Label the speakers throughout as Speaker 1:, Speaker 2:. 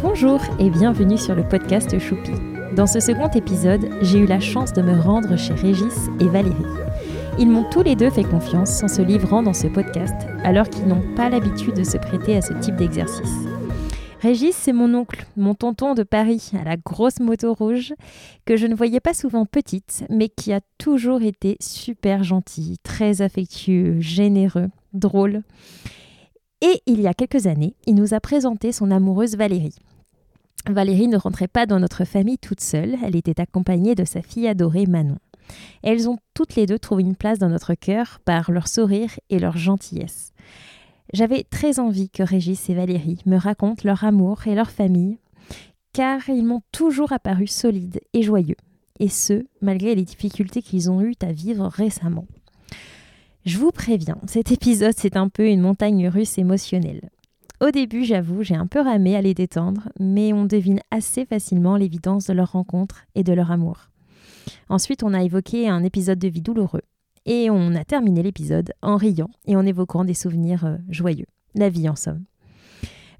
Speaker 1: Bonjour et bienvenue sur le podcast Choupi. Dans ce second épisode, j'ai eu la chance de me rendre chez Régis et Valérie. Ils m'ont tous les deux fait confiance en se livrant dans ce podcast, alors qu'ils n'ont pas l'habitude de se prêter à ce type d'exercice. Régis, c'est mon oncle, mon tonton de Paris, à la grosse moto rouge, que je ne voyais pas souvent petite, mais qui a toujours été super gentil, très affectueux, généreux, drôle. Et il y a quelques années, il nous a présenté son amoureuse Valérie. Valérie ne rentrait pas dans notre famille toute seule, elle était accompagnée de sa fille adorée Manon. Elles ont toutes les deux trouvé une place dans notre cœur par leur sourire et leur gentillesse. J'avais très envie que Régis et Valérie me racontent leur amour et leur famille, car ils m'ont toujours apparu solides et joyeux, et ce, malgré les difficultés qu'ils ont eues à vivre récemment. Je vous préviens, cet épisode, c'est un peu une montagne russe émotionnelle. Au début, j'avoue, j'ai un peu ramé à les détendre, mais on devine assez facilement l'évidence de leur rencontre et de leur amour. Ensuite, on a évoqué un épisode de vie douloureux. Et on a terminé l'épisode en riant et en évoquant des souvenirs euh, joyeux. La vie en somme.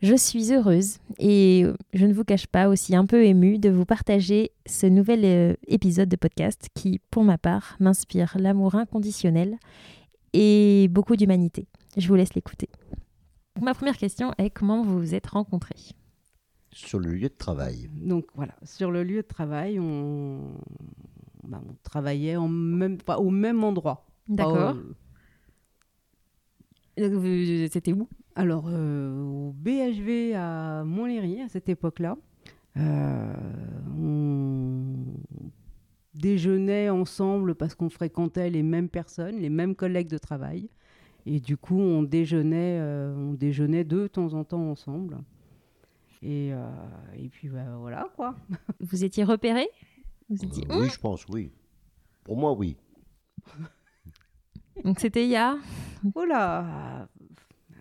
Speaker 1: Je suis heureuse et euh, je ne vous cache pas aussi un peu émue de vous partager ce nouvel euh, épisode de podcast qui, pour ma part, m'inspire l'amour inconditionnel et beaucoup d'humanité. Je vous laisse l'écouter. Donc, Ma première question est comment vous vous êtes rencontrés
Speaker 2: sur le lieu de travail.
Speaker 3: Donc voilà, sur le lieu de travail, on, bah, on travaillait en même, pas au même endroit. Euh, Pas au-
Speaker 1: D'accord. Oh. C'était où
Speaker 3: Alors, euh, au BHV à Montlhéry, à cette époque-là, euh, on déjeunait ensemble parce qu'on fréquentait les mêmes personnes, les mêmes collègues de travail. Et du coup, on déjeunait, euh, on déjeunait de temps en temps ensemble. Et, euh, et puis bah, voilà quoi.
Speaker 1: Vous étiez repérés Vous étiez...
Speaker 2: Euh, oui, je pense, oui. Pour moi, oui.
Speaker 1: Donc c'était il y a
Speaker 3: Oh là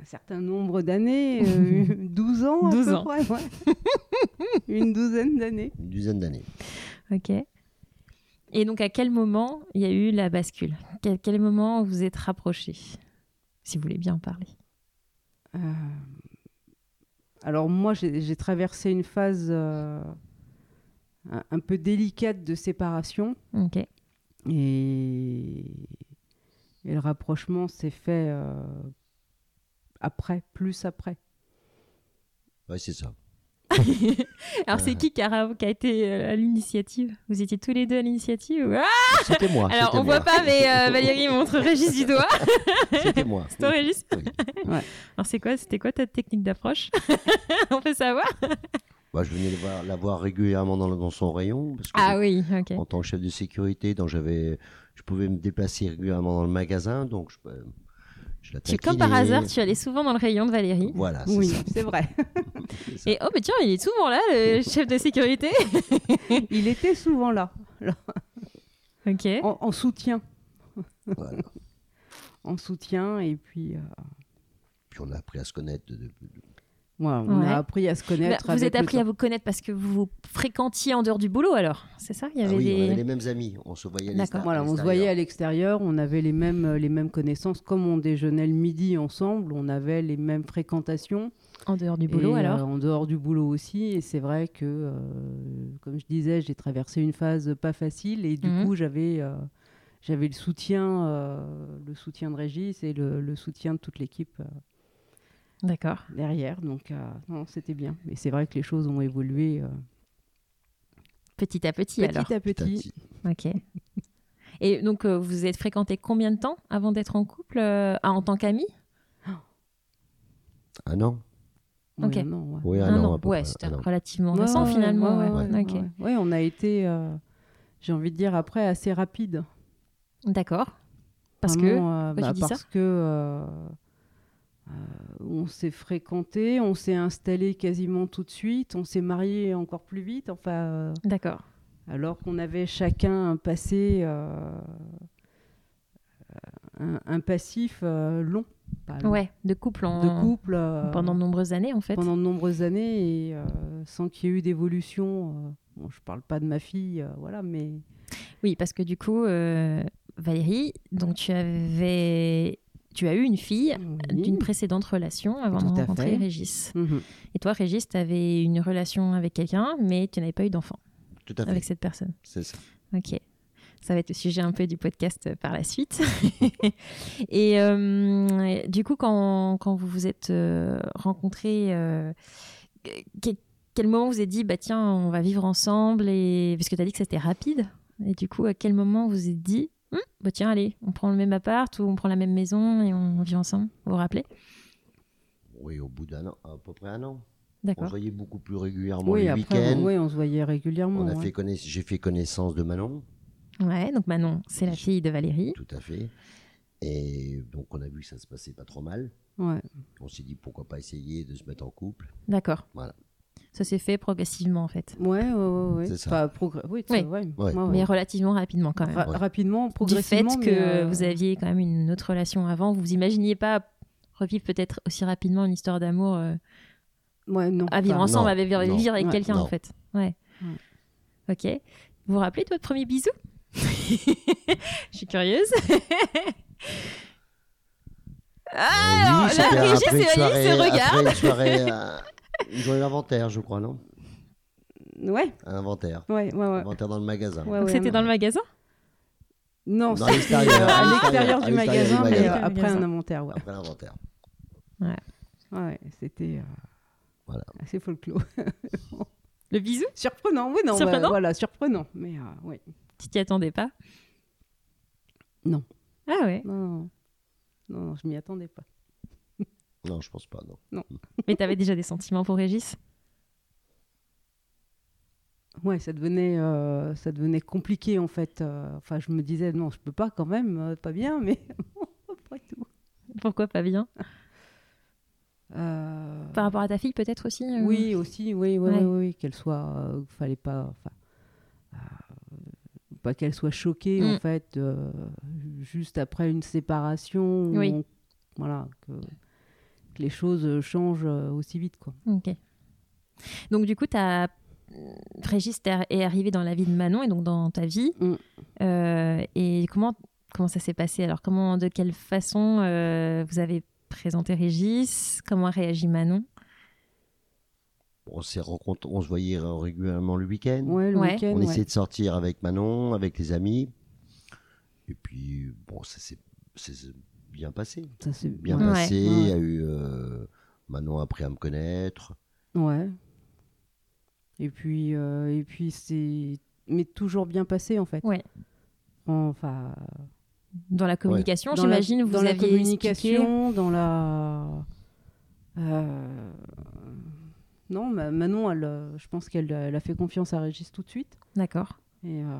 Speaker 3: Un certain nombre d'années, euh, 12 ans à
Speaker 1: 12
Speaker 3: peu
Speaker 1: ans.
Speaker 3: près, ouais. Une douzaine d'années.
Speaker 2: Une dizaine d'années.
Speaker 1: Ok. Et donc, à quel moment il y a eu la bascule Quel, quel moment vous êtes rapprochés Si vous voulez bien en parler.
Speaker 3: Euh, Alors moi, j'ai j'ai traversé une phase euh, un, un peu délicate de séparation
Speaker 1: Ok.
Speaker 3: et, et le rapprochement s'est fait euh, après, plus après.
Speaker 2: Oui, c'est ça.
Speaker 1: Alors,
Speaker 2: Euh.
Speaker 1: c'est qui qui a, qui a été euh, à l'initiative Vous étiez tous les deux à l'initiative Ah
Speaker 2: C'était moi.
Speaker 1: Alors,
Speaker 2: c'était
Speaker 1: on
Speaker 2: moi.
Speaker 1: voit pas, mais euh, Valérie montre Régis du doigt.
Speaker 2: C'était moi.
Speaker 1: C'est toi, Régis
Speaker 2: Oui.
Speaker 3: Ouais.
Speaker 1: Alors, c'est quoi C'était quoi ta technique d'approche On peut savoir
Speaker 2: Bah, je venais le voir- la voir régulièrement dans, dans son rayon. Parce que
Speaker 1: Ah oui, ok.
Speaker 2: En tant que chef de sécurité, donc j'avais, je pouvais me déplacer régulièrement dans le magasin. Donc, je, euh, je la
Speaker 1: Tu, comme par
Speaker 2: taquinais.
Speaker 1: hasard, tu allais souvent dans le rayon de Valérie.
Speaker 2: Voilà, c'est
Speaker 3: Oui,
Speaker 2: ça.
Speaker 3: c'est vrai.
Speaker 2: c'est ça.
Speaker 1: Et oh, mais tiens, il est souvent là, le chef de sécurité.
Speaker 3: Il était souvent là, là,
Speaker 1: ok.
Speaker 3: en- en soutien.
Speaker 2: Voilà.
Speaker 3: En soutien et puis... euh,
Speaker 2: Puis on a appris à se connaître. de- de- de-
Speaker 3: Ouais, on
Speaker 1: Ouais.
Speaker 3: a appris à se
Speaker 1: Bah,
Speaker 3: connaître.
Speaker 1: vous
Speaker 3: avec
Speaker 1: êtes
Speaker 3: le
Speaker 1: appris à
Speaker 3: temps.
Speaker 1: vous connaître parce que vous vous fréquentiez en dehors du boulot alors C'est ça Il y
Speaker 2: Ah
Speaker 1: avait
Speaker 2: oui,
Speaker 1: des...
Speaker 2: on avait les mêmes amis. On se voyait à
Speaker 1: D'accord.
Speaker 2: l'extérieur-
Speaker 3: Voilà, on se
Speaker 2: l'extérieur.
Speaker 3: voyait à l'extérieur, on avait les mêmes, euh, les mêmes connaissances. Comme on déjeunait le midi ensemble, on avait les mêmes fréquentations.
Speaker 1: En dehors du boulot
Speaker 3: Et,
Speaker 1: alors
Speaker 3: euh, En dehors du boulot aussi. Et c'est vrai que, euh, comme je disais, j'ai traversé une phase pas facile. Et du
Speaker 1: Mhm.
Speaker 3: coup, j'avais euh, j'avais le, soutien, euh, le soutien de Régis et le, le soutien de toute l'équipe euh,
Speaker 1: D'accord.
Speaker 3: derrière. Donc, euh, non, c'était bien. Mais c'est vrai que les choses ont évolué euh,
Speaker 1: Petit à petit,
Speaker 3: petit,
Speaker 1: alors.
Speaker 3: à
Speaker 2: Petit à petit.
Speaker 3: petit.
Speaker 1: Ok. Et donc euh, vous vous êtes fréquenté combien de temps avant d'être en couple euh, ah, en tant qu'amis
Speaker 2: Un an
Speaker 3: Oui,
Speaker 1: Ok.
Speaker 3: Euh, un an, ouais.
Speaker 2: Oui, un,
Speaker 1: Un
Speaker 2: an.
Speaker 1: an.
Speaker 2: à peu
Speaker 1: Ouais,
Speaker 2: près,
Speaker 1: c'était
Speaker 2: un an.
Speaker 1: relativement
Speaker 3: Ouais,
Speaker 1: récent
Speaker 3: ouais,
Speaker 1: finalement.
Speaker 3: ouais, ouais,
Speaker 1: Ok.
Speaker 3: ouais, ouais. Ouais, on a été, euh, j'ai envie de dire après, assez rapide.
Speaker 1: D'accord. Parce que...
Speaker 3: Vraiment, euh,
Speaker 1: pourquoi tu dis ça
Speaker 3: parce que euh, euh, on s'est fréquenté, on s'est installé quasiment tout de suite, on s'est marié encore plus vite. Enfin, euh,
Speaker 1: D'accord.
Speaker 3: alors qu'on avait chacun un passé, euh, un, un passif euh, long, pas long,
Speaker 1: Ouais, de couple en...
Speaker 3: de couple euh,
Speaker 1: pendant de nombreuses années en fait.
Speaker 3: pendant de nombreuses années et euh, sans qu'il y ait eu d'évolution. euh, bon, je parle pas de ma fille, euh, voilà, mais
Speaker 1: Oui, parce que du coup, euh, Valérie, donc tu avais, tu as eu une fille
Speaker 3: Oui.
Speaker 1: Euh, d'une précédente relation avant
Speaker 3: Tout
Speaker 1: de
Speaker 3: à
Speaker 1: rencontrer
Speaker 3: fait.
Speaker 1: Régis.
Speaker 3: Mhm.
Speaker 1: Et toi, Régis, tu avais une relation avec quelqu'un, mais tu n'avais pas eu d'enfant
Speaker 2: Tout à fait.
Speaker 1: avec cette personne.
Speaker 2: C'est ça.
Speaker 1: Ok. Ça va être le sujet un peu du podcast euh, par la suite. et euh, du coup, quand, quand vous vous êtes euh, rencontrés, euh, que- quel moment vous avez dit, bah tiens, on va vivre ensemble et... Parce que tu as dit que c'était rapide. Et du coup, à quel moment vous vous êtes dit, Hum, bah tiens, allez, on prend le même appart ou on prend la même maison et on vit ensemble Vous vous rappelez
Speaker 2: Oui, au bout d'un an, à peu près un an. On se
Speaker 1: D'accord.
Speaker 2: voyait beaucoup plus régulièrement
Speaker 3: Oui,
Speaker 2: les
Speaker 3: après,
Speaker 2: week-ends.
Speaker 3: on, oui, on se voyait régulièrement.
Speaker 2: On a
Speaker 3: ouais.
Speaker 2: fait connaiss- J'ai fait connaissance de Manon,
Speaker 1: Ouais, donc Manon, c'est la fille de Valérie.
Speaker 2: tout à fait. Et donc, on a vu que ça se passait pas trop mal.
Speaker 3: Ouais.
Speaker 2: On s'est dit pourquoi pas essayer de se mettre en couple.
Speaker 1: D'accord.
Speaker 2: Voilà.
Speaker 1: Ça s'est fait progressivement, en fait.
Speaker 3: Ouais, ouais, ouais, ouais.
Speaker 2: C'est ça.
Speaker 3: Enfin, progr- Oui,
Speaker 1: Oui.
Speaker 3: c'est vrai.
Speaker 2: Ouais.
Speaker 3: Oh, Ouais, ouais.
Speaker 1: Mais relativement rapidement, quand même.
Speaker 3: Ra-
Speaker 2: Ouais.
Speaker 3: Rapidement,
Speaker 1: du fait
Speaker 3: progressivement.
Speaker 1: que
Speaker 3: mais, euh,
Speaker 1: vous aviez quand même une autre relation avant, vous imaginiez pas revivre peut-être aussi rapidement une histoire d'amour euh,
Speaker 3: ouais, non,
Speaker 1: à vivre
Speaker 3: pas-
Speaker 1: ensemble,
Speaker 2: non,
Speaker 1: à vivre,
Speaker 2: non.
Speaker 1: vivre avec
Speaker 3: Ouais.
Speaker 1: quelqu'un en
Speaker 2: Non.
Speaker 1: fait. Ouais.
Speaker 3: Ouais.
Speaker 1: Ok. Vous vous rappelez de votre premier bisou Je suis curieuse.
Speaker 2: Ah,
Speaker 1: alors, là, Régis et Valérie se
Speaker 2: après
Speaker 1: regardent.
Speaker 2: une soirée, euh, ils ont eu l'inventaire, je crois, non
Speaker 3: Ouais,
Speaker 2: Un inventaire.
Speaker 3: ouais, ouais. ouais.
Speaker 2: Inventaire dans le magasin.
Speaker 3: Ouais,
Speaker 1: Donc
Speaker 2: Dans
Speaker 3: Ah ouais,
Speaker 1: c'était
Speaker 3: non.
Speaker 1: dans le magasin
Speaker 3: Non, c'était,
Speaker 2: l'extérieur,
Speaker 3: euh, à l'extérieur
Speaker 2: à
Speaker 3: du magasin, mais
Speaker 1: magasin.
Speaker 3: euh, après
Speaker 1: Magasin.
Speaker 3: un inventaire, ouais.
Speaker 2: Après l'inventaire.
Speaker 3: Ouais, c'était euh,
Speaker 2: Voilà.
Speaker 3: assez folklore.
Speaker 1: Le bisou
Speaker 3: Surprenant, oui, non, bah,
Speaker 1: Surprenant
Speaker 3: voilà, surprenant, mais euh, ouais.
Speaker 1: Tu t'y attendais pas
Speaker 3: Non.
Speaker 1: Ah ouais.
Speaker 3: Non, non, non, non, je m'y attendais pas.
Speaker 2: Non, je pense pas, non.
Speaker 1: Mais t'avais déjà des sentiments pour Régis
Speaker 3: Ouais, ça devenait, euh, ça devenait compliqué en fait. Euh, Enfin, je me disais non, je peux pas quand même, euh, pas bien, mais après tout.
Speaker 1: Pourquoi pas bien
Speaker 3: Euh,
Speaker 1: Par rapport à ta fille peut-être aussi euh,
Speaker 3: Oui, aussi, oui, oui,
Speaker 1: Ouais.
Speaker 3: oui, oui, qu'elle soit, euh, fallait pas, enfin, euh, pas qu'elle soit choquée
Speaker 1: Mm.
Speaker 3: en fait, euh, juste après une séparation,
Speaker 1: Oui.
Speaker 3: on- voilà, que, que les choses euh, changent euh, aussi vite quoi.
Speaker 1: Ok. Donc du coup, t'as... euh, Régis t'es- est arrivé dans la vie de Manon et donc dans ta vie.
Speaker 3: Mm.
Speaker 1: Euh, et comment, comment ça s'est passé Alors comment, de quelle façon euh, vous avez présenté Régis Comment a réagi Manon
Speaker 2: On s'est rencontrés, on se voyait euh, régulièrement le week-end.
Speaker 3: Ouais, le
Speaker 1: Ouais.
Speaker 3: week-end,
Speaker 2: On
Speaker 3: ouais.
Speaker 2: essayait de sortir avec Manon, avec les amis. Et puis, bon, ça s'est ça s'est bien passé.
Speaker 3: Ça c'est
Speaker 2: Bien
Speaker 3: ouais.
Speaker 1: Ouais.
Speaker 2: passé.
Speaker 3: Ouais.
Speaker 2: Il y a eu. euh, Manon a appris à me connaître.
Speaker 3: Ouais. Et puis, euh, et puis c'est, mais toujours bien passé en fait.
Speaker 1: Ouais.
Speaker 3: Enfin,
Speaker 1: Dans la communication,
Speaker 3: dans la-
Speaker 1: j'imagine, vous
Speaker 3: dans
Speaker 1: aviez expliqué-
Speaker 3: la communication, dans la. Euh, Non, Ma- Manon, elle, euh, je pense qu'elle elle a fait confiance à Régis tout de suite.
Speaker 1: D'accord,
Speaker 3: Et, euh,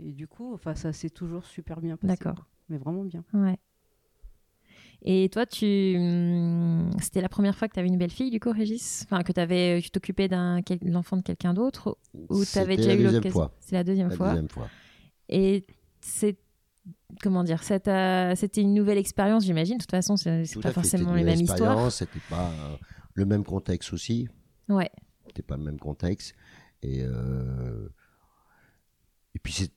Speaker 3: et du coup, enfin, ça s'est toujours super bien passé.
Speaker 1: d'accord.
Speaker 3: Mais vraiment bien.
Speaker 1: Ouais. Et toi, tu, hum, c'était la première fois que tu avais une belle fille, du coup, Régis Enfin, que t'avais- tu t'occupais d'un quel- de l'enfant de quelqu'un d'autre Ou tu
Speaker 2: C'était
Speaker 1: avais déjà
Speaker 2: la
Speaker 1: eu
Speaker 2: deuxième
Speaker 1: l'occasion
Speaker 2: fois.
Speaker 1: C'est la deuxième
Speaker 2: La
Speaker 1: fois.
Speaker 2: deuxième fois.
Speaker 1: Et c'est. Comment dire ça t'a- C'était une nouvelle expérience, j'imagine. De toute façon, c'est c'est
Speaker 2: Tout
Speaker 1: pas
Speaker 2: à fait, c'était
Speaker 1: forcément les
Speaker 2: une
Speaker 1: mêmes histoires.
Speaker 2: expérience, C'était pas euh, le même contexte aussi.
Speaker 1: Ouais.
Speaker 2: C'était pas le même contexte. Et, euh, et puis, c'est-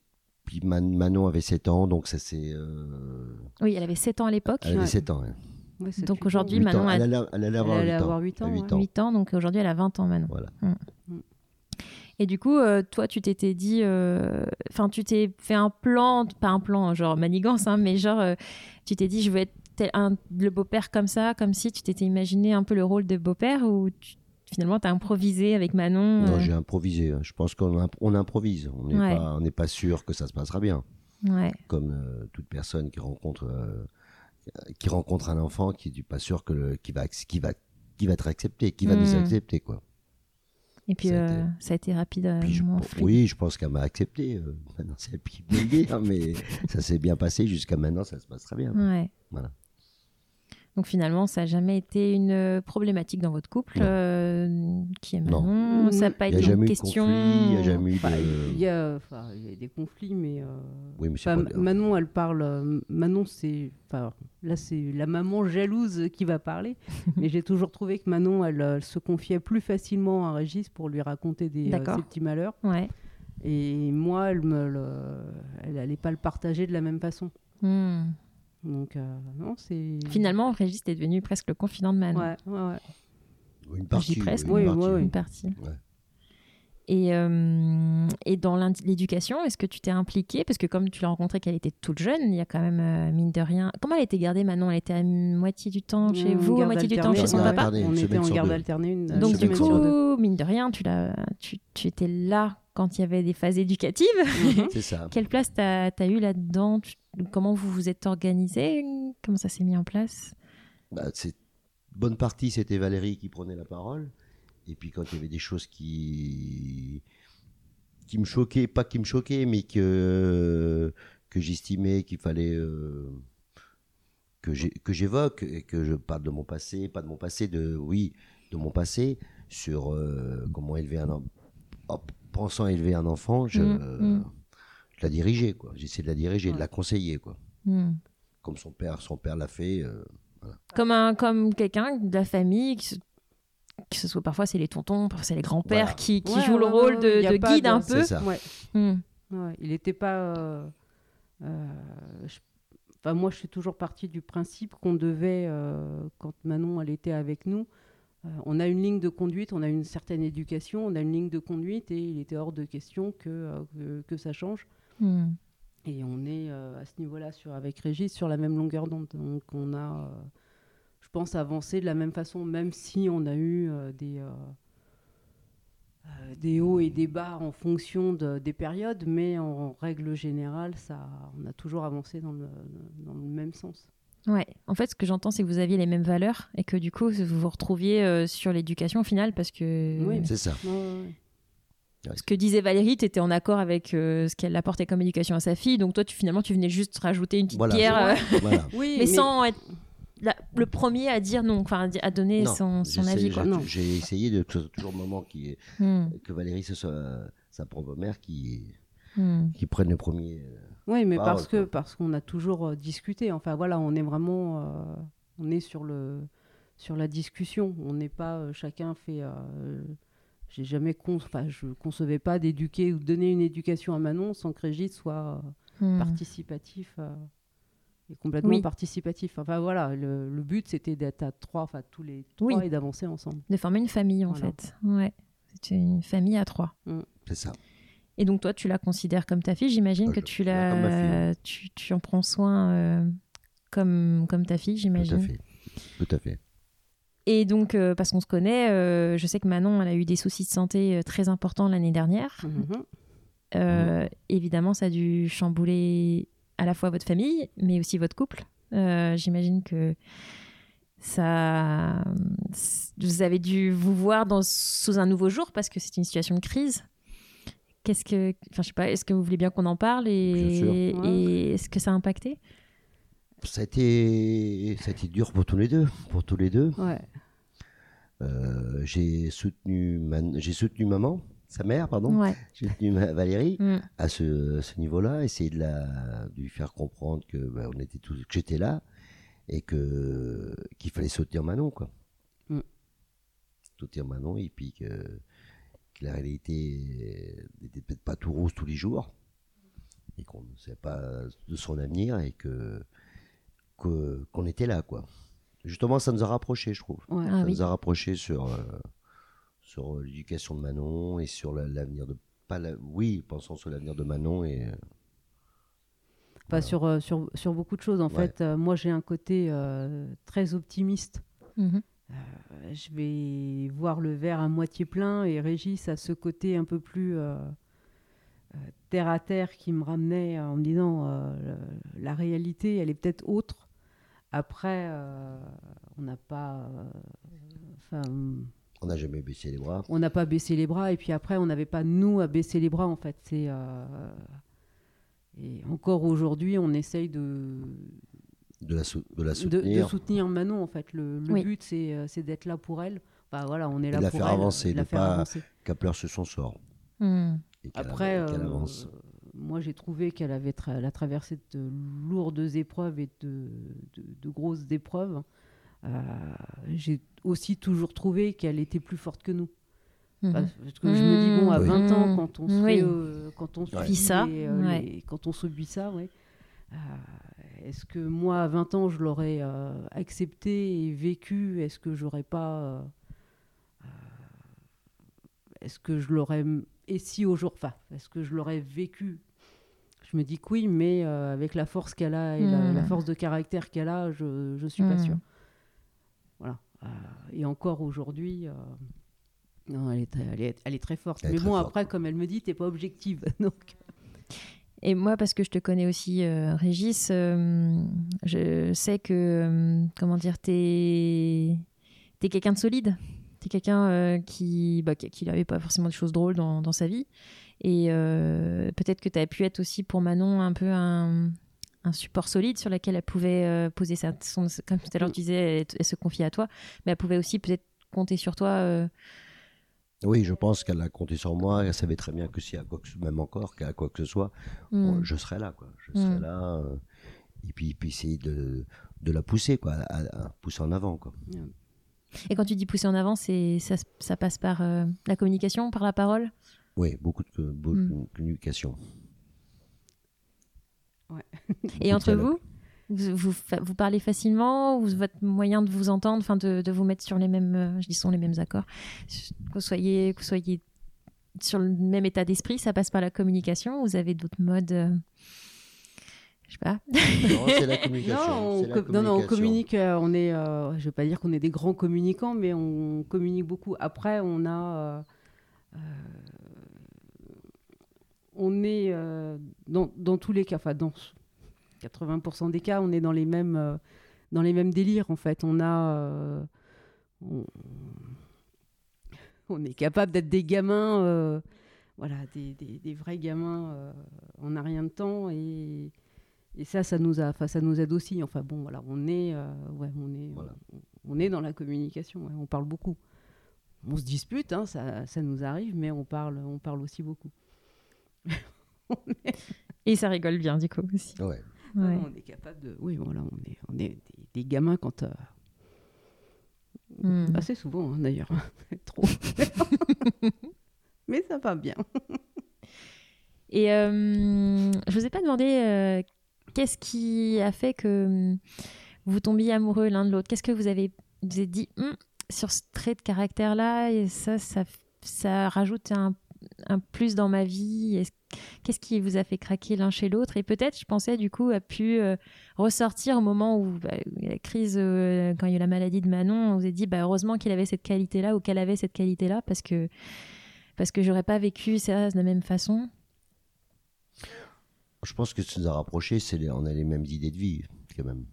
Speaker 2: puis Man- Manon avait 7 ans, donc ça c'est. euh,
Speaker 1: Oui, elle avait 7 ans à l'époque.
Speaker 2: Elle avait
Speaker 3: Ouais.
Speaker 2: 7 ans. hein.
Speaker 3: Ouais, c'est
Speaker 1: Donc
Speaker 3: plutôt-
Speaker 1: aujourd'hui,
Speaker 2: Huit
Speaker 1: Manon
Speaker 2: ans.
Speaker 1: a-
Speaker 2: Elle allait, elle allait avoir
Speaker 3: allait
Speaker 2: 8 ans.
Speaker 3: avoir huit ans,
Speaker 2: Elle a
Speaker 3: ouais.
Speaker 2: huit
Speaker 1: 8 ans, donc aujourd'hui, elle a 20 ans maintenant.
Speaker 2: Voilà.
Speaker 1: Mm.
Speaker 3: Mm.
Speaker 1: Et du coup, euh, toi, tu t'étais dit. euh, Enfin, tu t'es fait un plan, pas un plan, genre manigance, hein, mais genre, euh, tu t'es dit, je veux être tel- un- le beau-père comme ça, comme si tu t'étais imaginé un peu le rôle de beau-père ou tu- finalement, t'as improvisé avec Manon
Speaker 2: Non,
Speaker 1: euh,
Speaker 2: j'ai improvisé. hein. Je pense qu'on imp- on improvise. On n'est
Speaker 1: Ouais.
Speaker 2: pas, on n'est pas sûr que ça se passera bien.
Speaker 1: Ouais,
Speaker 2: Comme euh, toute personne qui rencontre, euh, qui rencontre un enfant qui n'est pas sûr que le- qui va, ac- qui va, qui va être accepté, qui va nous
Speaker 3: Hmm.
Speaker 1: Mm.
Speaker 2: accepter quoi.
Speaker 1: et puis
Speaker 2: Ça a
Speaker 1: euh,
Speaker 2: été-
Speaker 1: ça a été rapide. euh,
Speaker 2: Puis je-
Speaker 1: en fluide.
Speaker 2: oui, je pense qu'elle m'a accepté. euh, maintenant, c'est elle qui peut le dire, mais ça s'est bien passé. Jusqu'à maintenant, ça se passe très bien.
Speaker 3: Hmm.
Speaker 1: Ouais.
Speaker 2: Voilà.
Speaker 1: Donc finalement, ça n'a jamais été une euh, problématique dans votre couple
Speaker 2: Non.
Speaker 1: euh, qui est
Speaker 2: Non.
Speaker 1: Manon. Ça n'a pas
Speaker 2: Il n'y
Speaker 1: été
Speaker 2: a jamais
Speaker 1: une
Speaker 2: eu
Speaker 1: question.
Speaker 2: de conflit, il n'y a jamais eu
Speaker 3: Enfin,
Speaker 2: de.
Speaker 3: il y a, enfin, il y a des conflits, mais. euh,
Speaker 2: Oui, mais c'est
Speaker 3: enfin,
Speaker 2: pas-
Speaker 3: Manon, elle parle. euh, Manon, c'est. Enfin, là, c'est la maman jalouse qui va parler. mais j'ai toujours trouvé que Manon, elle, euh, elle se confiait plus facilement à Régis pour lui raconter des, euh,
Speaker 1: D'accord.
Speaker 3: ses petits malheurs.
Speaker 1: Ouais.
Speaker 3: Et moi, elle me le- elle allait pas le partager de la même façon.
Speaker 1: Hmm.
Speaker 3: Donc, euh, non, c'est.
Speaker 1: Finalement, Régis est devenu presque le confident de Manon.
Speaker 3: Ouais, ouais, ouais.
Speaker 2: Une partie.
Speaker 1: presque.
Speaker 2: une
Speaker 3: Oui,
Speaker 2: partie.
Speaker 3: oui, oui.
Speaker 1: Une partie.
Speaker 2: Ouais.
Speaker 1: Et, euh, et dans l'in- l'éducation, est-ce que tu t'es impliquée Parce que comme tu l'as rencontrée qu'elle était toute jeune, il y a quand même, euh, mine de rien... Comment elle était gardée, Manon Elle était à moitié du temps chez
Speaker 3: En
Speaker 1: vous, à
Speaker 3: Hmm, garde
Speaker 1: moitié du temps
Speaker 3: alternée,
Speaker 1: chez son
Speaker 2: Ouais,
Speaker 1: papa
Speaker 2: Alternée,
Speaker 3: On
Speaker 2: une
Speaker 3: était
Speaker 2: semaine
Speaker 3: en
Speaker 2: sur
Speaker 3: garde
Speaker 2: deux.
Speaker 3: alternée une
Speaker 2: Euh,
Speaker 1: Donc
Speaker 2: semaine
Speaker 1: du
Speaker 2: sur
Speaker 1: coup, mine de rien, tu, l'as, tu, tu étais là quand il y avait des phases éducatives.
Speaker 2: C'est ça.
Speaker 1: Quelle place t'as as eu là-dedans Tu- Comment vous vous êtes organisé Comment ça s'est mis en place
Speaker 2: Bah, c'est- bonne partie, c'était Valérie qui prenait la parole. Et puis quand il y avait des choses qui qui me choquaient, pas qui me choquaient, mais que que j'estimais qu'il fallait euh, que j'ai- que j'évoque et que je parle de mon passé, pas de mon passé, de oui, de mon passé sur euh, comment élever un enfant. En pensant élever un enfant, je, euh,
Speaker 1: Mm, mm.
Speaker 2: je la dirigeais quoi. J'essayais de la diriger, de la conseiller quoi.
Speaker 1: Hmm.
Speaker 2: Comme son père, son père l'a fait. euh,
Speaker 1: comme un comme quelqu'un de la famille que ce, que ce soit parfois c'est les tontons parfois c'est les grands-pères
Speaker 2: Voilà.
Speaker 1: qui, qui
Speaker 3: Ouais,
Speaker 1: jouent le
Speaker 3: ouais,
Speaker 1: rôle
Speaker 3: ouais,
Speaker 1: de,
Speaker 3: ouais, y a
Speaker 1: de
Speaker 3: pas
Speaker 1: guide
Speaker 3: de-
Speaker 1: un
Speaker 2: c'est
Speaker 1: peu
Speaker 2: ça.
Speaker 3: Ouais.
Speaker 1: Hmm.
Speaker 3: Ouais, il n'était pas. euh, euh, je- enfin, moi, je suis toujours partie du principe qu'on devait, euh, quand Manon elle était avec nous, euh, on a une ligne de conduite, on a une certaine éducation, on a une ligne de conduite, et il était hors de question que, euh, que, que ça change.
Speaker 1: Hmm.
Speaker 3: Et on est euh, à ce niveau-là sur, avec Régis sur la même longueur d'onde. Donc on a, euh, je pense, avancé de la même façon, même si on a eu euh, des, euh, euh, des hauts et des bas en fonction de- des périodes, mais en règle générale, ça, on a toujours avancé dans le, dans le même sens.
Speaker 1: ouais en fait ce que j'entends c'est que vous aviez les mêmes valeurs et que du coup vous vous retrouviez euh, sur l'éducation au final parce que
Speaker 3: Oui.
Speaker 2: C'est ça.
Speaker 3: Ouais, ouais, ouais.
Speaker 1: ce que disait Valérie tu étais en accord avec euh, ce qu'elle apportait comme éducation à sa fille donc toi tu finalement tu venais juste rajouter une petite
Speaker 2: Voilà.
Speaker 1: pierre euh,
Speaker 2: Voilà.
Speaker 3: Oui,
Speaker 1: mais,
Speaker 3: mais-
Speaker 1: sans être la- le premier à dire non enfin à di- à donner
Speaker 2: Non,
Speaker 1: son, son
Speaker 2: j'essaie-
Speaker 1: avis
Speaker 2: j'ai-
Speaker 1: quoi.
Speaker 3: Non.
Speaker 2: J'ai essayé de que ce soit toujours maman qui
Speaker 1: Hmm.
Speaker 2: que Valérie ce soit euh, sa propre mère qui
Speaker 1: Hmm.
Speaker 2: qui prenne le premier. euh,
Speaker 3: Oui, mais
Speaker 2: parole,
Speaker 3: parce que
Speaker 2: quoi.
Speaker 3: parce qu'on a toujours euh, discuté. Enfin voilà, on est vraiment euh, on est sur le sur la discussion. On n'est pas euh, chacun fait. euh, J'ai jamais con, enfin je concevais pas d'éduquer ou de donner une éducation à Manon sans que Régis soit euh,
Speaker 1: Hmm.
Speaker 3: participatif euh, et complètement
Speaker 1: Oui.
Speaker 3: participatif. Enfin voilà, le, le but c'était d'être à trois, enfin tous les
Speaker 1: Oui.
Speaker 3: trois et d'avancer ensemble.
Speaker 1: De former une famille, en
Speaker 3: Voilà.
Speaker 1: fait. Ouais. C'est une famille à trois.
Speaker 2: C'est ça.
Speaker 1: Et donc, toi, tu la considères comme ta fille. J'imagine
Speaker 2: Ah,
Speaker 1: que
Speaker 2: je-
Speaker 1: tu,
Speaker 2: je la comme ma
Speaker 1: la, tu, tu en prends soin euh, comme, comme ta fille,
Speaker 2: Tout à
Speaker 1: j'imagine.
Speaker 2: fait. Tout à fait.
Speaker 1: Et donc, euh, parce qu'on se connaît, euh, je sais que Manon, elle a eu des soucis de santé euh, très importants l'année dernière.
Speaker 3: Mhm.
Speaker 1: Euh, Évidemment, ça a dû chambouler à la fois votre famille, mais aussi votre couple. Euh, J'imagine que ça, vous avez dû vous voir dans, sous un nouveau jour parce que c'est une situation de crise. Qu'est-ce que, enfin, je sais pas, est-ce que vous voulez bien qu'on en parle
Speaker 2: Bien sûr.
Speaker 1: et,
Speaker 3: Ouais.
Speaker 1: et est-ce que ça a impacté
Speaker 2: Ça a été ça a été dur pour tous les deux, pour tous les deux.
Speaker 3: Ouais.
Speaker 2: Euh, j'ai soutenu ma- j'ai soutenu maman, sa mère pardon.
Speaker 1: Ouais.
Speaker 2: J'ai soutenu ma- Valérie
Speaker 1: Mm.
Speaker 2: à ce, à ce niveau-là, essayer de la de lui faire comprendre que bah, on était tous que j'étais là et que qu'il fallait soutenir Manon quoi.
Speaker 3: Mm.
Speaker 2: Soutenir Manon et puis que, que la réalité n'était peut-être pas tout rose tous les jours et qu'on ne savait pas de son avenir et que que- qu'on était là quoi. Justement, ça nous a rapprochés, je trouve.
Speaker 3: Ouais.
Speaker 1: Ah
Speaker 2: ça
Speaker 1: oui.
Speaker 2: nous a rapprochés sur euh, sur euh, l'éducation de Manon et sur la- l'avenir de pas la- oui, pensant sur l'avenir de Manon et euh,
Speaker 3: Enfin, sur, euh, sur, sur beaucoup de choses en
Speaker 2: Ouais.
Speaker 3: fait. Euh, moi j'ai un côté euh, très optimiste.
Speaker 1: Mhm.
Speaker 3: Euh, je vais voir le verre à moitié plein et Régis à ce côté un peu plus euh, euh, terre à terre qui me ramenait euh, en me disant euh, le- la réalité elle est peut-être autre. Après euh, on n'a pas euh, enfin,
Speaker 2: on n'a jamais baissé les bras.
Speaker 3: on n'a pas baissé les bras et puis après on n'avait pas nous à baisser les bras en fait c'est euh, et encore aujourd'hui on essaye de
Speaker 2: de la, sou- de la
Speaker 3: de,
Speaker 2: soutenir,
Speaker 3: de soutenir Manon en fait. Le, le
Speaker 1: Oui.
Speaker 3: but c'est euh, c'est d'être là pour elle. Bah voilà, on est
Speaker 2: Et
Speaker 3: là
Speaker 2: de la
Speaker 3: pour
Speaker 2: faire
Speaker 3: elle,
Speaker 2: avancer,
Speaker 3: de la
Speaker 2: de
Speaker 3: faire
Speaker 2: pas-
Speaker 3: avancer.
Speaker 2: qu'elle pleure sur son sort.
Speaker 1: Mm.
Speaker 2: Et qu'elle
Speaker 3: Après,
Speaker 2: av- et qu'elle
Speaker 3: euh,
Speaker 2: avance.
Speaker 3: moi j'ai trouvé qu'elle avait tra- elle a traversé de lourdes épreuves et de, de, de grosses épreuves. Euh, j'ai aussi toujours trouvé qu'elle était plus forte que nous.
Speaker 1: Mhm.
Speaker 3: Bah,
Speaker 2: Bah,
Speaker 3: Parce que je me dis bon, à
Speaker 2: Oui.
Speaker 3: 20 ans, quand on se
Speaker 1: Oui.
Speaker 3: fait, euh, quand on se
Speaker 2: Ouais.
Speaker 3: dit
Speaker 1: Puis ça,
Speaker 3: les- euh,
Speaker 1: ouais.
Speaker 3: les- quand on se dit ça, ouais. Euh, Est-ce que moi, à 20 ans, je l'aurais euh, accepté et vécu Est-ce que j'aurais pas. euh, euh, est-ce que je l'aurais. Et si au jour. Enfin, est-ce que je l'aurais vécu Je me dis que oui, mais euh, avec la force qu'elle a et la,
Speaker 1: Mm.
Speaker 3: la force de caractère qu'elle a, je ne suis pas
Speaker 1: Mm.
Speaker 3: sûre. Voilà. Euh, et encore aujourd'hui. euh, Non, elle est, très, elle, est, elle est très forte.
Speaker 2: Elle est
Speaker 3: Mais
Speaker 2: très
Speaker 3: bon,
Speaker 2: forte.
Speaker 3: après, comme elle me dit, t'es pas objective. Donc,
Speaker 1: Et moi, parce que je te connais aussi, euh, Régis, euh, je sais que, euh, comment dire, t'es es, quelqu'un de solide. T'es quelqu'un euh, qui bah, qui- qui n'avait pas forcément des choses drôles dans, dans sa vie. Et euh, peut-être que tu as pu être aussi pour Manon un peu un, un support solide sur lequel elle pouvait euh, poser sa... Son, comme tout à l'heure,
Speaker 3: Mm.
Speaker 1: tu disais, elle, elle se confiait à toi, mais elle pouvait aussi peut-être compter sur toi. euh,
Speaker 2: Oui, je pense qu'elle a compté sur moi. Elle savait très bien que si à quoi que ce- même encore, qu'à quoi que ce soit,
Speaker 1: hmm.
Speaker 2: je serais là, quoi. Je serais
Speaker 1: Mm.
Speaker 2: là. euh, et puis, puis essayer de, de la pousser, quoi, à, à pousser en avant, quoi.
Speaker 1: Et quand tu dis pousser en avant, c'est- ça, se- ça passe par euh, la communication, par la parole
Speaker 2: Oui, beaucoup de, beaucoup de communication.
Speaker 1: Et
Speaker 2: Beaucoup de
Speaker 1: entre
Speaker 2: dialogue.
Speaker 1: vous vous, vous fa- vous parlez facilement ou votre moyen de vous entendre, enfin de, de vous mettre sur les mêmes, euh, je dis sont les mêmes accords, que vous soyez, que vous soyez sur le même état d'esprit, ça passe par la communication. Vous avez d'autres modes, euh, je sais pas.
Speaker 2: Non, c'est la
Speaker 3: Non,
Speaker 2: communication.
Speaker 3: on
Speaker 2: c'est la
Speaker 3: com- non, non, on
Speaker 2: communication.
Speaker 3: communique. euh, on est, euh, je vais pas dire qu'on est des grands communicants, mais on communique beaucoup. Après, on a, euh, euh, on est euh, dans, dans tous les cas, enfin dans 80% des cas, on est dans les mêmes, euh, dans les mêmes délires en fait. On a, euh, on, on est capable d'être des gamins, euh, voilà, des, des- des vrais gamins euh, en a rien de temps et et ça, ça nous, a, enfin, ça nous aide aussi. Enfin bon, voilà, on est, euh, ouais, on est,
Speaker 2: Voilà.
Speaker 3: on, on est dans la communication. ouais, on parle beaucoup. On se dispute, hein, ça, ça nous arrive, mais on parle, on parle aussi beaucoup.
Speaker 1: Et ça rigole bien du coup aussi.
Speaker 2: Ouais.
Speaker 1: Ouais.
Speaker 3: On est capable de, oui, voilà, on est, on est des, des gamins quand, euh,
Speaker 1: Hmm.
Speaker 3: assez souvent hein, d'ailleurs, trop. mais ça va bien.
Speaker 1: Et euh, je vous ai pas demandé euh, qu'est-ce qui a fait que euh, vous tombiez amoureux l'un de l'autre. Qu'est-ce que vous avez vous êtes dit Hum, sur ce trait de caractère là et ça ça ça rajoute un, un plus dans ma vie. Est-ce- Qu'est-ce qui vous a fait craquer l'un chez l'autre Et peut-être, je pensais du coup, a pu euh, ressortir au moment où bah, la crise, euh, quand il y a eu la maladie de Manon, on vous a dit, bah, heureusement qu'il avait cette qualité-là ou qu'elle avait cette qualité-là, parce que parce que j'aurais pas vécu ça de la même façon.
Speaker 2: Je pense que ce qui nous a rapprochés, c'est les- on a les mêmes idées de vie, quand même.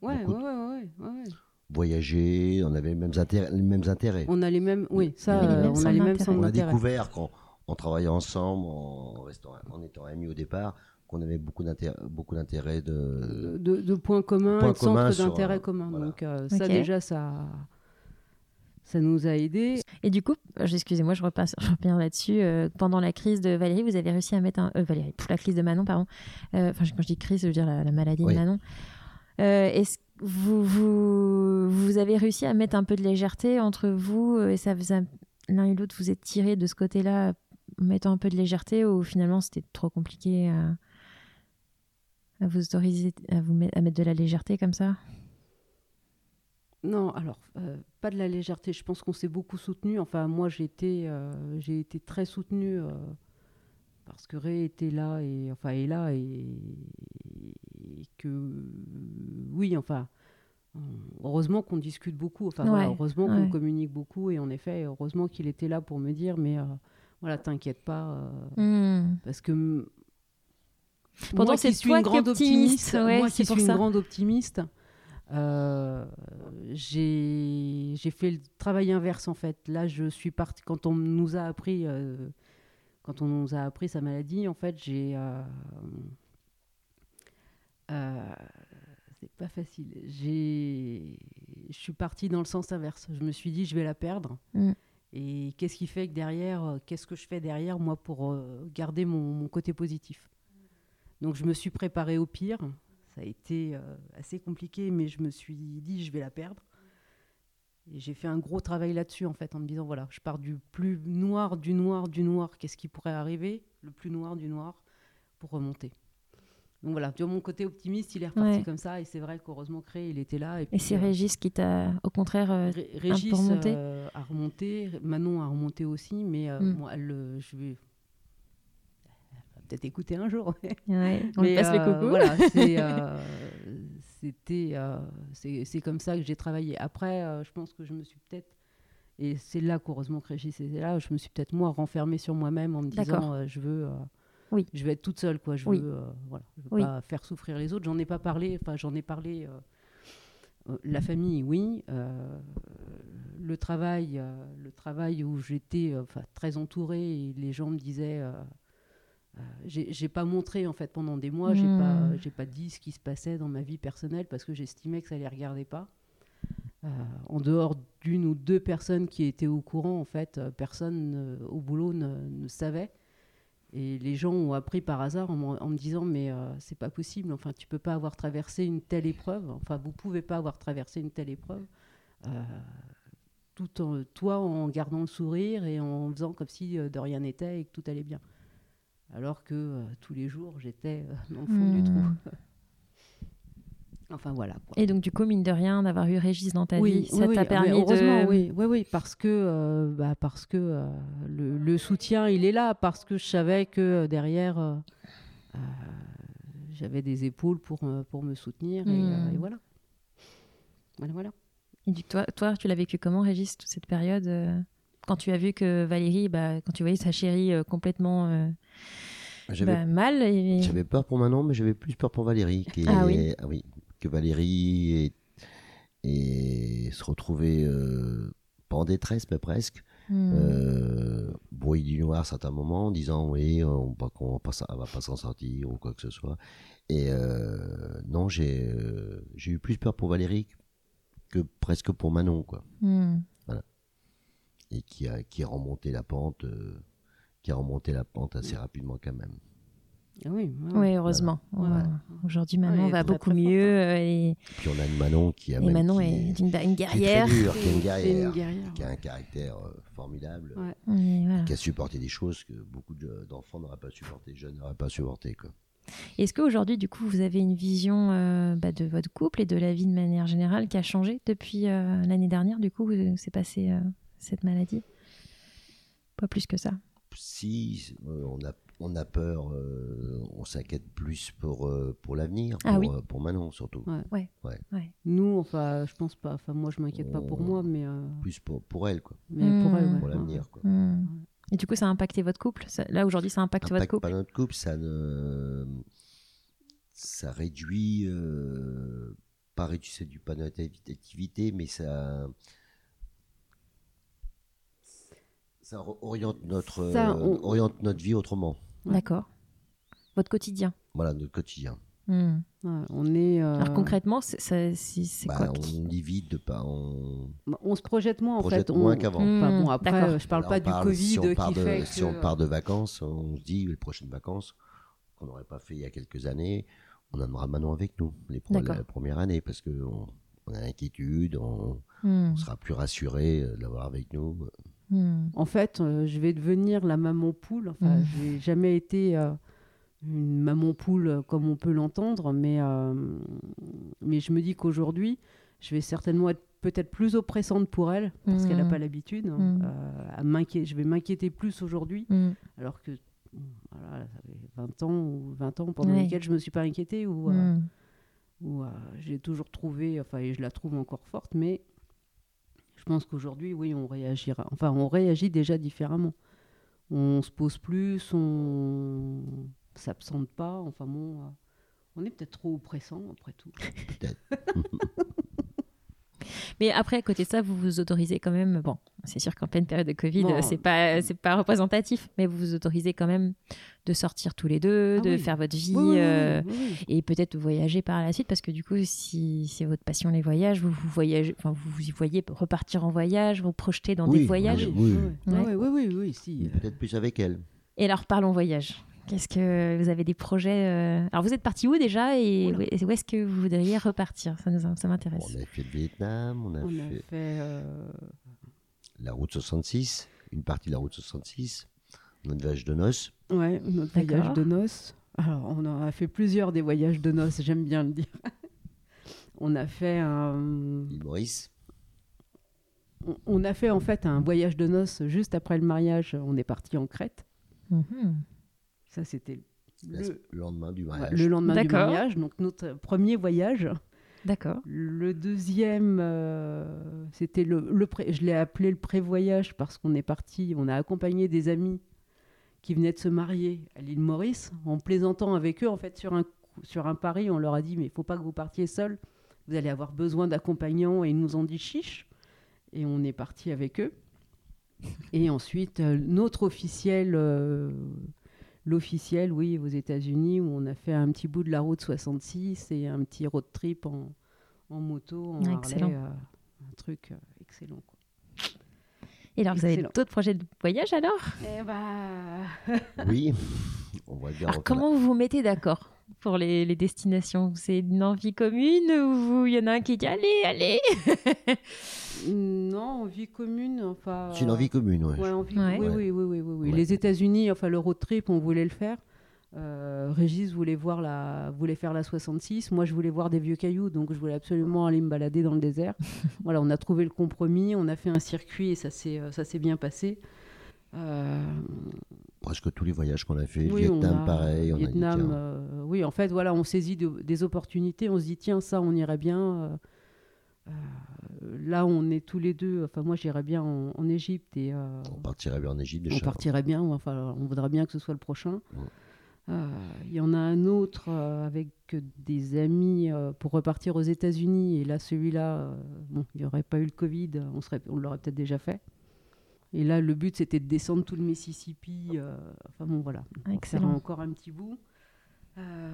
Speaker 3: Ouais, ouais,
Speaker 2: Beaucoup
Speaker 3: ouais, ouais, ouais, ouais.
Speaker 2: Voyager, on avait les mêmes, intér- les mêmes intérêts.
Speaker 3: On a les mêmes, oui,
Speaker 1: On
Speaker 3: ça,
Speaker 1: a les
Speaker 3: euh,
Speaker 1: mêmes
Speaker 3: on
Speaker 1: centres
Speaker 3: a les mêmes
Speaker 1: d'intérêt.
Speaker 3: centres
Speaker 2: On a
Speaker 3: d'intérêt.
Speaker 2: découvert qu'en en travaillant ensemble, en, restant, en étant amis au départ, qu'on avait beaucoup d'intér- beaucoup d'intérêt de...
Speaker 3: de, de points communs
Speaker 2: points
Speaker 3: et de
Speaker 2: communs
Speaker 3: centres
Speaker 2: sur,
Speaker 3: d'intérêt
Speaker 2: euh,
Speaker 3: communs.
Speaker 2: voilà.
Speaker 3: Donc euh, ça
Speaker 1: Ok.
Speaker 3: déjà, ça, ça nous a aidés.
Speaker 1: Et du coup, euh, excusez-moi, je, repasse- je reviens là-dessus. euh, pendant la crise de Valérie, vous avez réussi à mettre un. euh, Valérie, pour la crise de Manon, pardon. Euh, Enfin, je- quand je dis crise, je veux dire la, la maladie
Speaker 2: Oui.
Speaker 1: de Manon. Euh, Est-ce que vous, vous, vous avez réussi à mettre un peu de légèreté entre vous euh, et ça vous a- l'un et l'autre vous êtes tirés de ce côté-là en mettant un peu de légèreté ou finalement c'était trop compliqué à, à vous autoriser à, vous met- à mettre de la légèreté comme ça
Speaker 3: Non, alors, euh, pas de la légèreté. Je pense qu'on s'est beaucoup soutenu. Enfin, moi, j'ai été, euh, j'ai été très soutenue euh, parce que Ray était là et enfin est là et, et que oui, enfin. Heureusement qu'on discute beaucoup, enfin voilà,
Speaker 1: Ouais,
Speaker 3: heureusement
Speaker 1: ouais.
Speaker 3: qu'on communique beaucoup et en effet, heureusement qu'il était là pour me dire mais euh, voilà, t'inquiète pas, euh,
Speaker 1: Hmm.
Speaker 3: Parce que m-
Speaker 1: Pourtant,
Speaker 3: moi
Speaker 1: c'est
Speaker 3: qui suis
Speaker 1: toi
Speaker 3: une
Speaker 1: qui
Speaker 3: grande
Speaker 1: es optimiste,
Speaker 3: optimiste,
Speaker 1: ouais,
Speaker 3: moi
Speaker 1: c'est
Speaker 3: qui
Speaker 1: pour
Speaker 3: suis
Speaker 1: ça.
Speaker 3: une grande optimiste, euh, j'ai j'ai fait le travail inverse en fait. Là, je suis partie quand on nous a appris, euh, quand on nous a appris sa maladie, en fait, j'ai euh, euh, c'est pas facile. J'ai je suis partie dans le sens inverse. Je me suis dit, je vais la perdre.
Speaker 1: Mm.
Speaker 3: Et qu'est-ce qui fait que derrière, euh, qu'est-ce que je fais derrière moi pour euh, garder mon, mon côté positif Donc je me suis préparée au pire. Ça a été euh, assez compliqué, mais je me suis dit je vais la perdre. Et j'ai fait un gros travail là-dessus en fait, en me disant voilà, je pars du plus noir, du noir, du noir. Qu'est-ce qui pourrait arriver Le plus noir, du noir, pour remonter. Donc voilà, tu vois, mon côté optimiste, il est reparti
Speaker 1: Ouais.
Speaker 3: comme ça. Et c'est vrai qu'heureusement, Cré, il était là. Et,
Speaker 1: Et
Speaker 3: puis,
Speaker 1: c'est
Speaker 3: euh,
Speaker 1: Régis qui t'a, au contraire, euh,
Speaker 3: Ré- Régis
Speaker 1: peu remonté.
Speaker 3: euh, a remonté, Manon a remonté aussi, mais euh,
Speaker 1: Mm.
Speaker 3: moi, le, je vais elle va peut-être écouter un jour.
Speaker 1: ouais, on lui
Speaker 3: Mais,
Speaker 1: passe le
Speaker 3: euh,
Speaker 1: coucou.
Speaker 3: Voilà, c'est, euh, c'était, euh, c'est, c'est comme ça que j'ai travaillé. Après, euh, je pense que je me suis peut-être, et c'est là qu'heureusement que Régis était là, je me suis peut-être moi renfermée sur moi-même en me
Speaker 1: D'accord.
Speaker 3: disant euh, je veux. euh,
Speaker 1: Oui.
Speaker 3: Je vais être toute seule, quoi. Je
Speaker 1: Oui.
Speaker 3: veux, euh, voilà, je veux
Speaker 1: Oui.
Speaker 3: pas faire souffrir les autres. J'en ai pas parlé. Enfin, j'en ai parlé. euh, euh, la famille, oui. euh, le travail, euh, le travail où j'étais euh, enfin, très entourée et les gens me disaient. euh, euh, j'ai j'ai pas montré en fait pendant des mois, j'ai
Speaker 1: Hmm.
Speaker 3: pas, j'ai pas dit ce qui se passait dans ma vie personnelle parce que j'estimais que ça les regardait pas. Euh, en dehors d'une ou deux personnes qui étaient au courant, en fait, euh, personne euh, au boulot ne, ne savait. Et les gens ont appris par hasard en, m'en- en me disant mais euh, c'est pas possible. Enfin, tu peux pas avoir traversé une telle épreuve. Enfin, vous pouvez pas avoir traversé une telle épreuve. euh, tout en toi en gardant le sourire et en faisant comme si euh, de rien n'était et que tout allait bien. Alors que euh, tous les jours j'étais euh, dans le fond du trou.
Speaker 1: Hmm.
Speaker 3: Enfin voilà. Quoi.
Speaker 1: Et donc, du coup, mine de rien, d'avoir eu Régis dans ta vie,
Speaker 3: oui,
Speaker 1: ça t'a
Speaker 3: oui,
Speaker 1: permis
Speaker 3: mais heureusement,
Speaker 1: de.
Speaker 3: oui, oui, oui, parce que, euh, bah, parce que euh, le, le soutien, il est là, parce que je savais que euh, derrière, euh, euh, j'avais des épaules pour, euh, pour me soutenir, et, euh,
Speaker 1: Mm.
Speaker 3: et voilà. Voilà, voilà.
Speaker 1: Et du- toi, toi, tu l'as vécu comment, Régis, toute cette période euh, Quand tu as vu que Valérie, bah, quand tu voyais sa chérie euh, complètement euh,
Speaker 2: J'avais
Speaker 1: bah, mal, et...
Speaker 2: J'avais peur pour Manon, mais j'avais plus peur pour Valérie. Qui
Speaker 1: Ah oui.
Speaker 2: que Valérie et, se retrouvait euh, pas en détresse, mais presque.
Speaker 1: Hmm.
Speaker 2: Euh, bruit du noir à certains moments, en disant oui, on va, on va pas, s'en- on va pas s'en sortir ou quoi que ce soit. Et euh, non, j'ai euh, j'ai eu plus peur pour Valérie que presque pour Manon, quoi.
Speaker 1: Hmm.
Speaker 2: Et qui a, qui a remonté la pente, euh, qui a remonté la pente assez rapidement quand même.
Speaker 3: Ah oui, ouais, ouais.
Speaker 1: Oui, heureusement.
Speaker 3: Ouais, ouais.
Speaker 1: Oh, Aujourd'hui, Manon
Speaker 3: Ouais,
Speaker 1: va
Speaker 3: très, très
Speaker 1: beaucoup
Speaker 3: forte, hein.
Speaker 1: mieux. euh, et
Speaker 2: Puis on a une Manon qui a
Speaker 1: et
Speaker 2: même
Speaker 1: Manon
Speaker 2: qui
Speaker 1: est bah, une, une
Speaker 2: qui est
Speaker 1: guerrière.
Speaker 2: très dure, qui est une
Speaker 3: C'est une
Speaker 2: guerrière,
Speaker 3: guerrière,
Speaker 2: qui a
Speaker 3: ouais.
Speaker 2: un caractère euh, formidable,
Speaker 3: Ouais.
Speaker 1: Et, voilà.
Speaker 2: qui a supporté des choses que beaucoup de- d'enfants n'auraient pas supporté, jeunes n'auraient pas supporté. Quoi.
Speaker 1: Est-ce qu'aujourd'hui, du coup, vous avez une vision euh, bah, de votre couple et de la vie de manière générale qui a changé depuis euh, l'année dernière, du coup, où s'est passée euh, cette maladie Pas plus que ça.
Speaker 2: Si euh, on a on a peur, euh, on s'inquiète plus pour euh, pour l'avenir, pour,
Speaker 1: Ah oui.
Speaker 2: euh, pour Manon surtout,
Speaker 3: Ouais. Nous, enfin, je pense pas, enfin, moi, je m'inquiète pas pour
Speaker 2: On-
Speaker 3: moi, mais, euh,
Speaker 2: plus pour pour elle, quoi,
Speaker 3: mais pour elle,
Speaker 1: Mm.
Speaker 3: ouais.
Speaker 2: Oh. pour l'avenir. Quoi.
Speaker 1: Hmm. Et du coup, ça a impacté votre couple Ça- Là, aujourd'hui, ça impacte votre
Speaker 2: Impacte
Speaker 1: couple
Speaker 2: pas notre couple, ça ne ça réduit euh, pas réduit c'est du pas notre activité, mais ça ça re- oriente notre
Speaker 3: Ça,
Speaker 2: euh,
Speaker 3: on-
Speaker 2: oriente notre vie autrement.
Speaker 3: Ouais.
Speaker 1: D'accord. Votre quotidien
Speaker 2: Voilà notre quotidien.
Speaker 1: Hmm.
Speaker 3: Ouais, on est. euh,
Speaker 1: Alors concrètement, c'est ça- c'est- c'est
Speaker 2: Bah,
Speaker 1: quoi qui-
Speaker 2: on évite de pas on
Speaker 3: on se projette moins, en
Speaker 2: projette
Speaker 3: fait.
Speaker 2: moins
Speaker 3: on-
Speaker 2: qu'avant.
Speaker 1: Hmm.
Speaker 3: Enfin, bon, après,
Speaker 1: D'accord.
Speaker 3: euh, je parle
Speaker 2: Là,
Speaker 3: pas
Speaker 2: on
Speaker 3: du
Speaker 2: parle-
Speaker 3: Covid
Speaker 2: si on part
Speaker 3: qui
Speaker 2: de,
Speaker 3: fait
Speaker 2: si
Speaker 3: que-
Speaker 2: on part de vacances, on se dit les prochaines vacances qu'on n'aurait pas fait il y a quelques années, on amènera Manon avec nous les pro-
Speaker 1: D'accord.
Speaker 2: la première année parce que on, on a l'inquiétude, on,
Speaker 1: Hmm.
Speaker 2: on sera plus rassuré euh, de l'avoir avec nous.
Speaker 1: Hmm.
Speaker 3: En fait, euh, je vais devenir la maman poule. Enfin,
Speaker 1: Mm.
Speaker 3: j'ai jamais été euh, une maman poule euh, comme on peut l'entendre, mais, euh, mais je me dis qu'aujourd'hui, je vais certainement être peut-être plus oppressante pour elle, parce
Speaker 1: Mm.
Speaker 3: qu'elle n'a pas l'habitude. hein,
Speaker 1: Mm.
Speaker 3: euh, à m'inquié- je vais m'inquiéter plus aujourd'hui,
Speaker 1: Hmm.
Speaker 3: alors que bon, voilà, ça fait 20 ans ou 20 ans pendant
Speaker 1: Ouais.
Speaker 3: lesquels je ne me suis pas inquiétée, ou, euh,
Speaker 1: Hmm.
Speaker 3: où euh, j'ai toujours trouvé, enfin, et je la trouve encore forte, mais je pense qu'aujourd'hui, oui, on réagira. Enfin, on réagit déjà différemment. On se pose plus, on s'absente pas. Enfin, bon, euh, on est peut-être trop oppressant, après tout.
Speaker 1: Mais après, à côté de ça, vous vous autorisez quand même. Bon, c'est sûr qu'en pleine période de Covid,
Speaker 3: Non.
Speaker 1: euh, c'est
Speaker 3: Mm.
Speaker 1: pas c'est pas représentatif, mais vous vous autorisez quand même de sortir tous les deux,
Speaker 3: Ah
Speaker 1: de
Speaker 3: oui.
Speaker 1: faire votre vie.
Speaker 3: Oui, oui, oui,
Speaker 1: euh,
Speaker 3: oui, oui.
Speaker 1: Et peut-être voyager par la suite, parce que du coup, si c'est votre passion les voyages, vous vous voyagez, enfin, vous vous y voyez repartir en voyage, vous projeter dans
Speaker 2: Oui,
Speaker 1: des
Speaker 2: oui,
Speaker 3: Ah
Speaker 1: voyages.
Speaker 3: oui,
Speaker 2: oui.
Speaker 3: oui,
Speaker 1: Ouais.
Speaker 3: oui, oui, oui, oui, si. euh,
Speaker 2: Mais Peut-être plus avec elle.
Speaker 1: Et alors, parlons voyage. Qu'est-ce que vous avez des projets euh, Alors, vous êtes parti où déjà et
Speaker 3: Oula.
Speaker 1: où est- où est-ce que vous voudriez repartir Ça nous, ça m'intéresse.
Speaker 2: On a fait le Vietnam, on a
Speaker 3: On a
Speaker 2: fait
Speaker 3: fait. euh,
Speaker 2: la route 66, une partie de la route 66, notre vache de noces.
Speaker 3: Ouais, notre voyage
Speaker 1: D'accord.
Speaker 3: de noces. Alors, on a fait plusieurs des voyages de noces, j'aime bien le dire. on a fait un.
Speaker 2: L'île Maurice.
Speaker 3: on- On a fait en fait un voyage de noces juste après le mariage. On est parti en Crète.
Speaker 1: Mhm.
Speaker 3: Ça, c'était
Speaker 2: la-
Speaker 3: le,
Speaker 2: Le lendemain du
Speaker 3: ouais,
Speaker 2: mariage.
Speaker 3: le lendemain du
Speaker 1: D'accord.
Speaker 3: mariage, donc notre premier voyage.
Speaker 1: D'accord.
Speaker 3: Le deuxième, euh, c'était le, le pré- je l'ai appelé le pré-voyage parce qu'on est parti, on a accompagné des amis qui venaient de se marier à l'île Maurice. En plaisantant avec eux, en fait, sur un, coup- sur un pari, on leur a dit mais il faut pas que vous partiez seuls, vous allez avoir besoin d'accompagnants. Et ils nous ont dit chiche. Et on est parti avec eux. Et ensuite, euh, notre officiel, euh, l'officiel, oui, aux États-Unis, où on a fait un petit bout de la route 66 et un petit road trip en, en moto, en
Speaker 1: Ah,
Speaker 3: Harley,
Speaker 1: excellent.
Speaker 3: euh, un truc euh, excellent. quoi.
Speaker 1: Et alors, vous avez
Speaker 3: Excellent.
Speaker 1: d'autres projets de voyage alors
Speaker 2: Oui, on va dire.
Speaker 3: Ah,
Speaker 1: Alors,
Speaker 2: on-
Speaker 1: Ah, comment vous vous mettez d'accord pour les, les destinations C'est une envie commune ou vous- il y en a un qui dit allez, allez
Speaker 3: Non, en vie commune, enfin.
Speaker 2: C'est une envie commune, ouais.
Speaker 3: Ouais, en vie-
Speaker 1: Ouais.
Speaker 3: Oui,
Speaker 2: Ouais.
Speaker 3: oui, oui, oui, oui, oui.
Speaker 2: Ouais.
Speaker 3: Les États-Unis, enfin le road trip, on voulait le faire. Euh, Régis voulait voir la, voulait faire la 66. Moi, je voulais voir des vieux cailloux, donc je voulais absolument aller me balader dans le désert. voilà, on a trouvé le compromis, on a fait un circuit et ça s'est, euh, ça s'est bien passé. Euh,
Speaker 2: Presque tous les voyages qu'on a fait,
Speaker 3: oui,
Speaker 2: Vietnam,
Speaker 3: on a-
Speaker 2: pareil. On a
Speaker 3: Vietnam,
Speaker 2: dit, tiens,
Speaker 3: euh, oui, en fait, voilà, on saisit de- des opportunités. On se dit, tiens, ça, on irait bien. euh, euh, là, on est tous les deux. Enfin, moi, j'irais bien en, en Égypte et euh,
Speaker 2: on partirait bien en Égypte
Speaker 3: on
Speaker 2: déjà.
Speaker 3: partirait bien, ou enfin, on voudrait bien que ce soit le prochain.
Speaker 2: Ouais.
Speaker 3: Euh, Il y en a un autre euh, avec des amis euh, pour repartir aux États-Unis. Et là, celui-là, euh, bon, il n'y aurait pas eu le Covid, on, serait, on l'aurait peut-être déjà fait. Et là, le but, c'était de descendre tout le Mississippi. euh, enfin bon, voilà. On
Speaker 1: Excellent.
Speaker 3: fera encore un petit bout. Euh,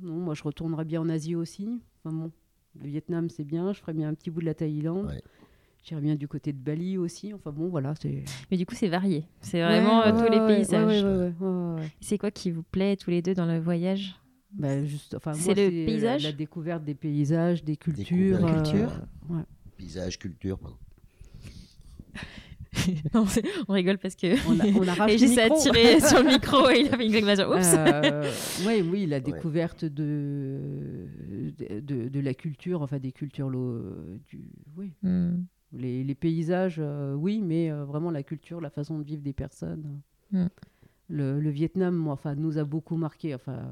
Speaker 3: Non, moi, je retournerais bien en Asie aussi. Enfin bon, le Vietnam, c'est bien. Je ferais bien un petit bout de la Thaïlande.
Speaker 2: Ouais.
Speaker 3: J'irais bien du côté de Bali aussi. Enfin bon, voilà, c'est...
Speaker 1: Mais du coup, c'est varié. C'est vraiment euh, tous les paysages. C'est quoi qui vous plaît tous les deux dans le voyage
Speaker 3: Bah, juste, enfin,
Speaker 1: C'est
Speaker 3: moi,
Speaker 1: le
Speaker 3: la-
Speaker 1: paysage
Speaker 3: La, découverte des paysages, des cultures. euh,
Speaker 2: Découverte,
Speaker 1: culture.
Speaker 3: ouais.
Speaker 2: Paysage, culture, pardon.
Speaker 1: Non, c'est- on rigole parce que
Speaker 3: On a, on a
Speaker 1: Et
Speaker 3: racheté
Speaker 1: j'ai
Speaker 3: le micro.
Speaker 1: tiré sur le micro et il a fait une blague majeure. Oups.
Speaker 3: Euh, ouais, oui, la découverte de, de, de- de la culture, enfin des cultures, lo- du, oui.
Speaker 1: Hmm.
Speaker 3: les, les paysages, euh, oui, mais euh, vraiment la culture, la façon de vivre des personnes.
Speaker 1: Mm.
Speaker 3: Le, le Vietnam, moi, enfin, nous a beaucoup marqué. Enfin, euh,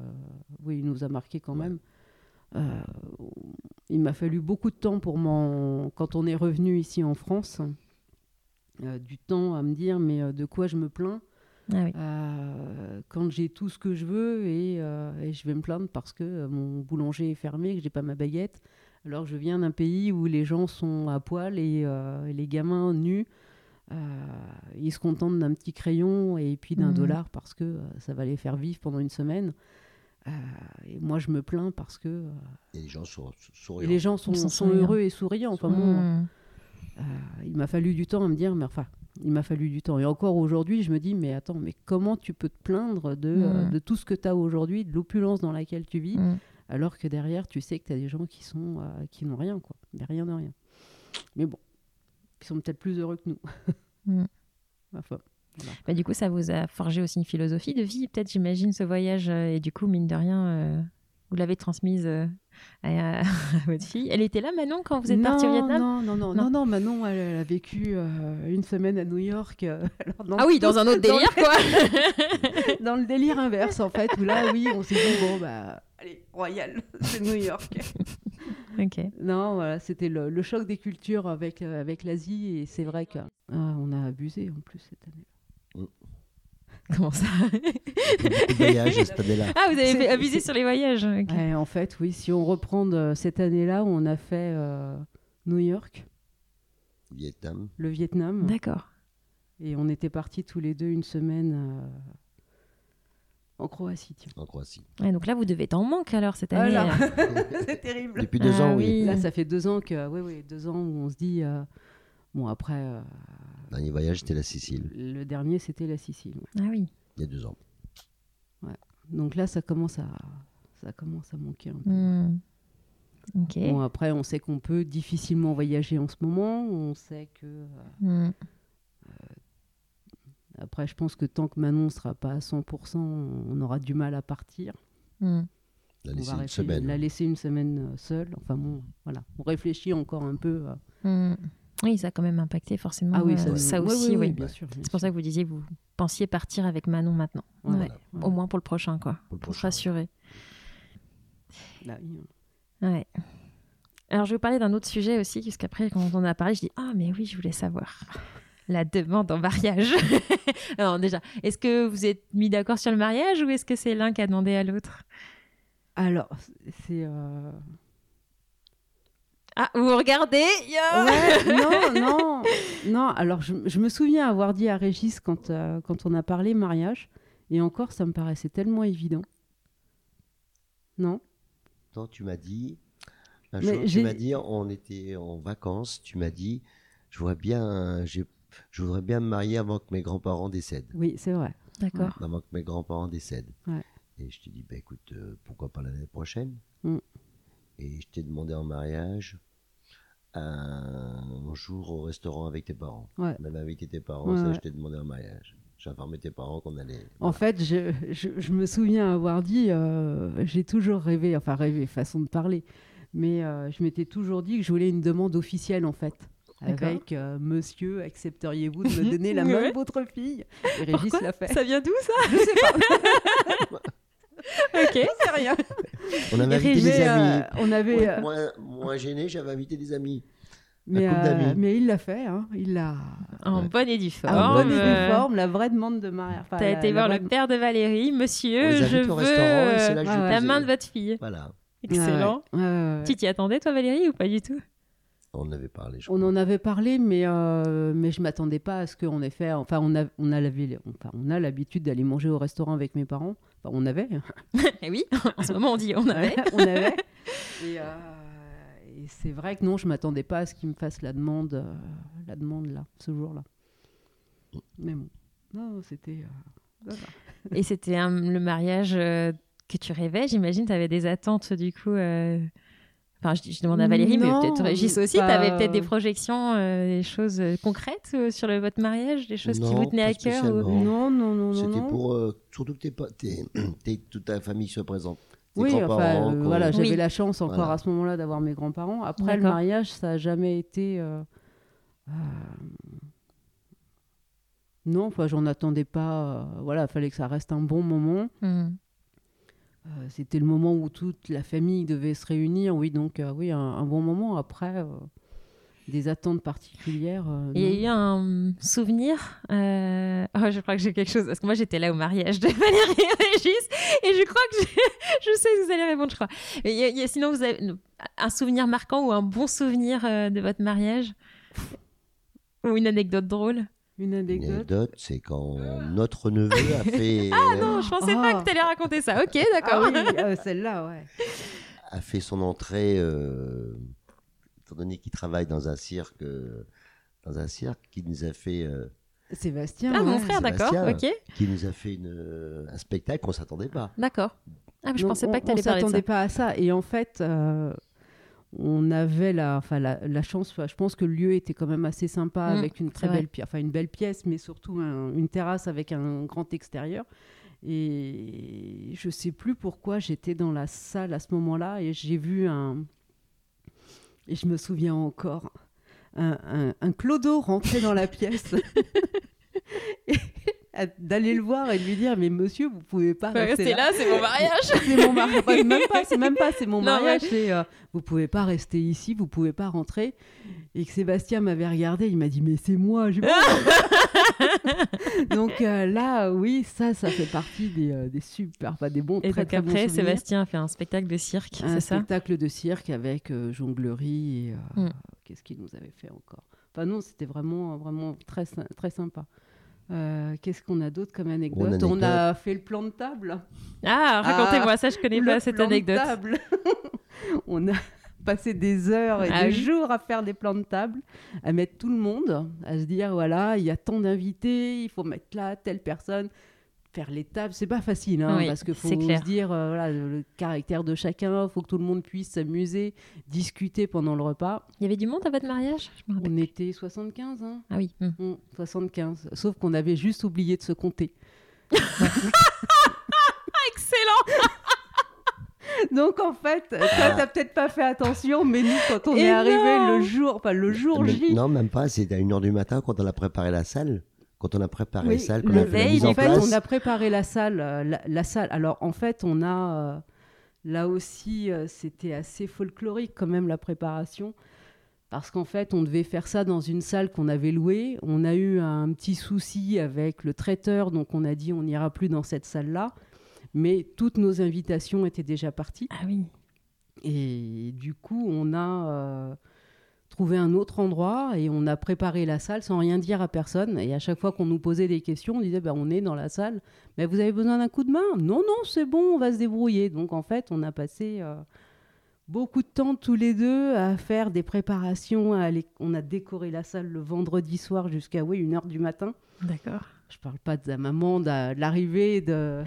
Speaker 3: oui, il nous a marqué quand même. Euh, il m'a fallu beaucoup de temps pour m'en. Quand on est revenu ici en France, euh, du temps à me dire, mais euh, de quoi je me plains
Speaker 1: Ah oui.
Speaker 3: euh, quand j'ai tout ce que je veux et, euh, et je vais me plaindre parce que euh, mon boulanger est fermé, que j'ai pas ma baguette. Alors je viens d'un pays où les gens sont à poil et, euh, et les gamins nus, euh, ils se contentent d'un petit crayon et puis d'un
Speaker 1: Mhm.
Speaker 3: dollar parce que euh, ça va les faire vivre pendant une semaine. Euh, et moi je me plains parce que euh,
Speaker 2: Et les gens sont sont
Speaker 3: et
Speaker 2: souriants.
Speaker 3: les gens sont,
Speaker 1: Ils sont
Speaker 3: sont
Speaker 1: souriants.
Speaker 3: heureux et souriants. Enfin, bon,
Speaker 1: Hmm.
Speaker 3: il m'a fallu du temps à me dire, mais enfin, il m'a fallu du temps. Et encore aujourd'hui, je me dis, mais attends, mais comment tu peux te plaindre de, euh,
Speaker 1: Mm.
Speaker 3: de tout ce que tu as aujourd'hui, de l'opulence dans laquelle tu vis,
Speaker 1: Hmm.
Speaker 3: alors que derrière, tu sais que tu as des gens qui sont euh, qui n'ont rien, quoi. Mais rien de rien. Mais bon, ils sont peut-être plus heureux que nous.
Speaker 1: Mm.
Speaker 3: Enfin,
Speaker 1: Bah, du coup, ça vous a forgé aussi une philosophie de vie, peut-être, j'imagine, ce voyage. euh, Et du coup, mine de rien, euh, vous l'avez transmise euh, à, à votre fille. Elle était là, Manon, quand vous êtes
Speaker 3: non,
Speaker 1: partie au Vietnam
Speaker 3: non, non, non,
Speaker 1: Non.
Speaker 3: non, non, Manon, elle, elle a vécu euh, une semaine à New York. euh, alors dans
Speaker 1: Ah oui, dans un autre
Speaker 3: Dans le-
Speaker 1: délire, quoi
Speaker 3: dans le délire inverse, en fait, où là, oui, on s'est dit, bon, bah, allez, royal, c'est New York.
Speaker 1: Ok.
Speaker 3: Non, voilà, c'était le, le choc des cultures avec, euh, avec l'Asie, et c'est vrai que ah, on a abusé en plus cette année.
Speaker 1: Comment ça
Speaker 2: Beaucoup de voyages cette année-là.
Speaker 1: Ah, vous avez
Speaker 3: C'est-
Speaker 1: fait abuser
Speaker 3: c'est-
Speaker 1: sur les voyages. ok.
Speaker 3: Ouais, en fait, oui, si on reprend de cette année-là, on a fait euh, New York,
Speaker 2: Vietnam,
Speaker 3: le Vietnam,
Speaker 1: D'accord.
Speaker 3: et on était partis tous les deux une semaine euh, en Croatie. tiens.
Speaker 2: en Croatie.
Speaker 1: Ouais, donc là, vous devez être en manque, alors, cette
Speaker 3: Ah
Speaker 1: année.
Speaker 3: là.
Speaker 1: euh.
Speaker 3: c'est terrible.
Speaker 2: Depuis deux
Speaker 1: Ah
Speaker 2: ans, oui.
Speaker 1: oui.
Speaker 3: Là, ça fait deux ans que, oui, oui, deux ans où on se dit, euh, bon, après, euh,
Speaker 2: Dernier voyage, c'était la Sicile,
Speaker 3: le dernier, c'était la Sicile. ouais.
Speaker 1: Ah oui.
Speaker 2: il y a deux ans.
Speaker 3: Donc là, ça commence à, ça commence à manquer un peu.
Speaker 1: Hmm. Ok.
Speaker 3: Bon, après, on sait qu'on peut difficilement voyager en ce moment. On sait que. euh,
Speaker 1: Hmm.
Speaker 3: Après, je pense que tant que Manon ne sera pas à 100%, on aura du mal à partir.
Speaker 1: Hmm.
Speaker 2: La
Speaker 3: on
Speaker 2: laisser
Speaker 3: va
Speaker 2: une
Speaker 3: réfléchir-
Speaker 2: semaine.
Speaker 3: la laisser une semaine euh, seule. Enfin bon, voilà. On réfléchit encore un peu. euh.
Speaker 1: Hmm. Oui, ça a quand même impacté forcément euh, ça,
Speaker 2: ça-
Speaker 3: ouais,
Speaker 1: aussi.
Speaker 3: ouais,
Speaker 1: oui.
Speaker 3: ouais, bien sûr. bien
Speaker 1: C'est pour
Speaker 3: sûr.
Speaker 1: ça que vous disiez que vous pensiez partir avec Manon maintenant.
Speaker 3: Voilà,
Speaker 1: Ouais.
Speaker 3: voilà.
Speaker 1: Au moins pour le prochain, quoi.
Speaker 2: Pour le
Speaker 1: Pour se
Speaker 2: prochain.
Speaker 1: rassurer.
Speaker 3: Là, il y a-
Speaker 1: Ouais. Alors, je vais vous parler d'un autre sujet aussi, parce qu'après, quand on en a parlé, je dis Ah, mais oui, je voulais savoir. La demande en mariage. Alors, déjà, est-ce que vous êtes mis d'accord sur le mariage ou est-ce que c'est l'un qui a demandé à l'autre
Speaker 3: Alors, c'est- c'est. euh,
Speaker 1: Ah, vous regardez ya
Speaker 3: Ah Ouais, non, non, non. Alors, je, je me souviens avoir dit à Régis quand, euh, quand on a parlé mariage, et encore, ça me paraissait tellement évident. Non
Speaker 2: Attends, tu m'as dit, un
Speaker 3: Mais
Speaker 2: jour, tu
Speaker 3: j'ai-
Speaker 2: m'as dit, on était en vacances, tu m'as dit, je vois bien, j'ai- je voudrais bien me marier avant que mes grands-parents décèdent.
Speaker 3: Oui, c'est vrai.
Speaker 1: D'accord.
Speaker 2: Avant que mes grands-parents décèdent.
Speaker 3: Ouais.
Speaker 2: Et je t'ai dit, bah, écoute, euh, pourquoi pas l'année prochaine
Speaker 3: Mm.
Speaker 2: Et je t'ai demandé en mariage un jour au restaurant avec tes parents.
Speaker 3: Ouais.
Speaker 2: On avait invité tes parents,
Speaker 3: Ouais,
Speaker 2: ça
Speaker 3: ouais.
Speaker 2: je t'ai demandé en mariage. J'ai informé tes parents qu'on allait.
Speaker 3: En fait, je, je, je me souviens avoir dit, euh, j'ai toujours rêvé, enfin rêvé, façon de parler, mais euh, je m'étais toujours dit que je voulais une demande officielle en fait.
Speaker 1: D'accord.
Speaker 3: Avec euh, monsieur, accepteriez-vous de me donner la
Speaker 1: Ouais.
Speaker 3: main de votre fille Et Régis
Speaker 1: Pourquoi
Speaker 3: l'a fait.
Speaker 1: Ça vient d'où, ça
Speaker 3: Je sais pas,
Speaker 1: Ok.
Speaker 3: c'est rien.
Speaker 2: On avait invité
Speaker 1: Régis,
Speaker 2: des
Speaker 3: Mais, euh,
Speaker 2: amis.
Speaker 3: on avait, euh,
Speaker 2: Moins, moins gêné, j'avais invité des amis.
Speaker 3: mais,
Speaker 2: couple
Speaker 3: euh,
Speaker 2: d'amis. Ah,
Speaker 3: mais il l'a fait, hein. il l'a.
Speaker 1: En
Speaker 2: Ouais.
Speaker 1: bonne et due forme.
Speaker 3: En bonne et
Speaker 1: euh,
Speaker 3: due forme, la vraie demande de mariage. Enfin,
Speaker 1: T'as
Speaker 3: la-
Speaker 1: été
Speaker 3: la
Speaker 1: voir
Speaker 3: vraie
Speaker 1: le
Speaker 3: dem-
Speaker 1: père de Valérie,
Speaker 2: On les
Speaker 1: monsieur,
Speaker 2: invite
Speaker 1: je
Speaker 2: au restaurant et c'est
Speaker 1: veux
Speaker 2: là que
Speaker 3: euh,
Speaker 2: je lui
Speaker 1: la
Speaker 2: pose-
Speaker 1: main de votre fille.
Speaker 2: Voilà,
Speaker 3: Ouais, ouais.
Speaker 1: Excellent.
Speaker 3: Ouais, ouais, ouais.
Speaker 1: Tu t'y attendais, toi, Valérie, ou pas du tout
Speaker 2: on en avait parlé. Je
Speaker 3: On
Speaker 2: crois.
Speaker 3: en avait parlé, mais, euh, mais je m'attendais pas à ce qu'en effet, enfin, on a, on a, la ville- enfin, on a l'habitude d'aller manger au restaurant avec mes parents. Enfin, on avait.
Speaker 1: Eh oui, en ce moment, on dit on avait.
Speaker 3: on avait. Et, euh, et c'est vrai que non, je m'attendais pas à ce qu'ils me fassent la demande, euh, la demande là, ce jour-là. Mais bon, non, c'était. euh, ça va.
Speaker 1: Et c'était un- le mariage euh, que tu rêvais, j'imagine, tu avais des attentes du coup. euh, Enfin, je, je demande à Valérie,
Speaker 3: Non,
Speaker 1: mais peut-être Régis aussi,
Speaker 3: bah,
Speaker 1: tu avais peut-être des projections, euh, des choses euh, concrètes euh, sur le, votre mariage, des choses qui
Speaker 2: Non,
Speaker 1: vous tenaient
Speaker 2: pas
Speaker 1: à cœur. ou-
Speaker 2: spécialement.
Speaker 3: Non, non, non, non.
Speaker 2: C'était
Speaker 3: non.
Speaker 2: pour euh, surtout que t'es pas, t'es- t'es- toute ta famille soit présente. Tes
Speaker 3: Oui, enfin,
Speaker 2: grands-parents,
Speaker 3: euh,
Speaker 2: qu'on-
Speaker 3: voilà, j'avais
Speaker 1: Oui.
Speaker 3: la chance encore
Speaker 2: Voilà.
Speaker 3: à ce moment-là d'avoir mes grands-parents. Après, le
Speaker 1: D'accord.
Speaker 3: mariage, ça n'a jamais été. euh, euh, Non, enfin, j'en attendais pas. euh, Voilà, fallait que ça reste un bon moment.
Speaker 1: Hmm.
Speaker 3: Euh, C'était le moment où toute la famille devait se réunir. Oui, donc, euh, oui, un, un bon moment. Après, euh, des attentes particulières. euh,
Speaker 1: Et il
Speaker 3: non.
Speaker 1: y a eu un souvenir. euh, oh, je crois que j'ai quelque chose. Parce que moi, j'étais là au mariage de Valérie et Régis. Et je crois que je, je sais que vous allez répondre, je crois. Et il y a- il y a- sinon, vous avez un souvenir marquant ou un bon souvenir euh, de votre mariage Ou une anecdote drôle
Speaker 3: Une
Speaker 2: Une
Speaker 3: anecdote.
Speaker 2: anecdote, c'est quand notre neveu a fait, euh,
Speaker 1: Non, je pensais pas
Speaker 3: Ah.
Speaker 1: que t'allais raconter ça. Ok,
Speaker 3: Ah
Speaker 1: d'accord.
Speaker 3: oui, euh, celle-là, ouais.
Speaker 2: a fait son entrée, euh, étant donné qu'il travaille dans un cirque, euh, dans un cirque, qui nous a fait, euh,
Speaker 3: Sébastien.
Speaker 1: Ah, mon
Speaker 3: ouais.
Speaker 1: frère, d'accord. Ok,
Speaker 2: Sébastien. qui nous a fait une, euh, un spectacle qu'on s'attendait pas.
Speaker 1: d'accord. Ah, mais je
Speaker 3: Donc,
Speaker 1: pensais
Speaker 3: on-
Speaker 1: pas que t'allais parler
Speaker 3: On
Speaker 1: de ça.
Speaker 3: s'attendait pas à ça. Et en fait, euh, on avait la, enfin, la, la chance. enfin, je pense que le lieu était quand même assez sympa
Speaker 1: Mm,
Speaker 3: avec une très
Speaker 1: vrai.
Speaker 3: belle pièce, enfin une belle pièce, mais surtout un- une terrasse avec un grand extérieur. Et je sais plus pourquoi j'étais dans la salle à ce moment-là et j'ai vu un. Et je me souviens encore. Un, un, un clodo rentrer dans la pièce. Et- D'aller le voir et de lui dire Mais monsieur, vous pouvez pas
Speaker 1: Bah,
Speaker 3: rester
Speaker 1: Restez là,
Speaker 3: là.
Speaker 1: c'est mon mariage.
Speaker 3: C'est mon mariage. Enfin, même pas, c'est même pas, c'est mon
Speaker 1: Non,
Speaker 3: mariage. C'est, euh, vous pouvez pas rester ici, vous pouvez pas rentrer. Et que Sébastien m'avait regardé, il m'a dit mais c'est moi. j'ai pas- donc euh, là, oui, ça, ça fait partie des, euh, des super, enfin, des bons,
Speaker 1: Et
Speaker 3: très
Speaker 1: donc
Speaker 3: très Ah, bons
Speaker 1: après,
Speaker 3: souvenirs.
Speaker 1: Sébastien a fait un spectacle de cirque,
Speaker 3: Un
Speaker 1: c'est ça
Speaker 3: spectacle de cirque avec euh, jonglerie. et, euh,
Speaker 1: Mm.
Speaker 3: Qu'est-ce qu'il nous avait fait encore Enfin non, c'était vraiment vraiment très sy- très sympa. Euh, Qu'est-ce qu'on a d'autre comme anecdote, On a fait le plan de table.
Speaker 1: Ah, racontez-moi ça, je connais
Speaker 3: Le
Speaker 1: pas ben, cette
Speaker 3: plan de
Speaker 1: anecdote.
Speaker 3: table. On a passé des heures et
Speaker 1: Ah
Speaker 3: des
Speaker 1: oui.
Speaker 3: jours à faire des plans de table, à mettre tout le monde, à se dire voilà, il y a tant d'invités, il faut mettre là telle personne. faire les tables, c'est pas facile, hein,
Speaker 1: Oui,
Speaker 3: parce qu'il faut
Speaker 1: c'est clair.
Speaker 3: se dire euh, voilà, le le caractère de chacun, il faut que tout le monde puisse s'amuser, discuter pendant le repas.
Speaker 1: Il y avait du monde à votre mariage Je me rappelle.
Speaker 3: On était 75, hein
Speaker 1: Ah oui. hmm.
Speaker 3: Mm, 75. Sauf qu'on avait juste oublié de se compter.
Speaker 1: Excellent
Speaker 3: Donc en fait, euh,
Speaker 2: Ah.
Speaker 3: toi, t'as peut-être pas fait attention, mais nous, quand on est
Speaker 1: Énorme.
Speaker 3: arrivé le jour, enfin le jour
Speaker 2: Mais-
Speaker 3: J,
Speaker 2: Non, même pas. C'est à 1h du matin quand on a préparé la salle. Quand on a préparé
Speaker 3: Oui,
Speaker 2: la salle, qu'on
Speaker 1: le
Speaker 2: a fait la
Speaker 1: veille,
Speaker 2: mise en
Speaker 1: en
Speaker 3: fait,
Speaker 2: place.
Speaker 3: on a préparé la salle, euh, la, la salle. Alors en fait, on a euh, là aussi, euh, c'était assez folklorique quand même la préparation, parce qu'en fait, on devait faire ça dans une salle qu'on avait louée. On a eu un petit souci avec le traiteur, donc on a dit on n'ira plus dans cette salle-là. Mais toutes nos invitations étaient déjà parties.
Speaker 1: Ah oui.
Speaker 3: Et du coup, on a euh, trouvé un autre endroit et on a préparé la salle sans rien dire à personne. Et à chaque fois qu'on nous posait des questions, on disait ben, on est dans la salle, mais vous avez besoin d'un coup de main Non, non, c'est bon, on va se débrouiller. Donc en fait, on a passé euh, beaucoup de temps tous les deux à faire des préparations. à aller- On a décoré la salle le vendredi soir jusqu'à oui, 1h du matin.
Speaker 1: D'accord.
Speaker 3: Je parle pas de la maman, de la- de l'arrivée, de.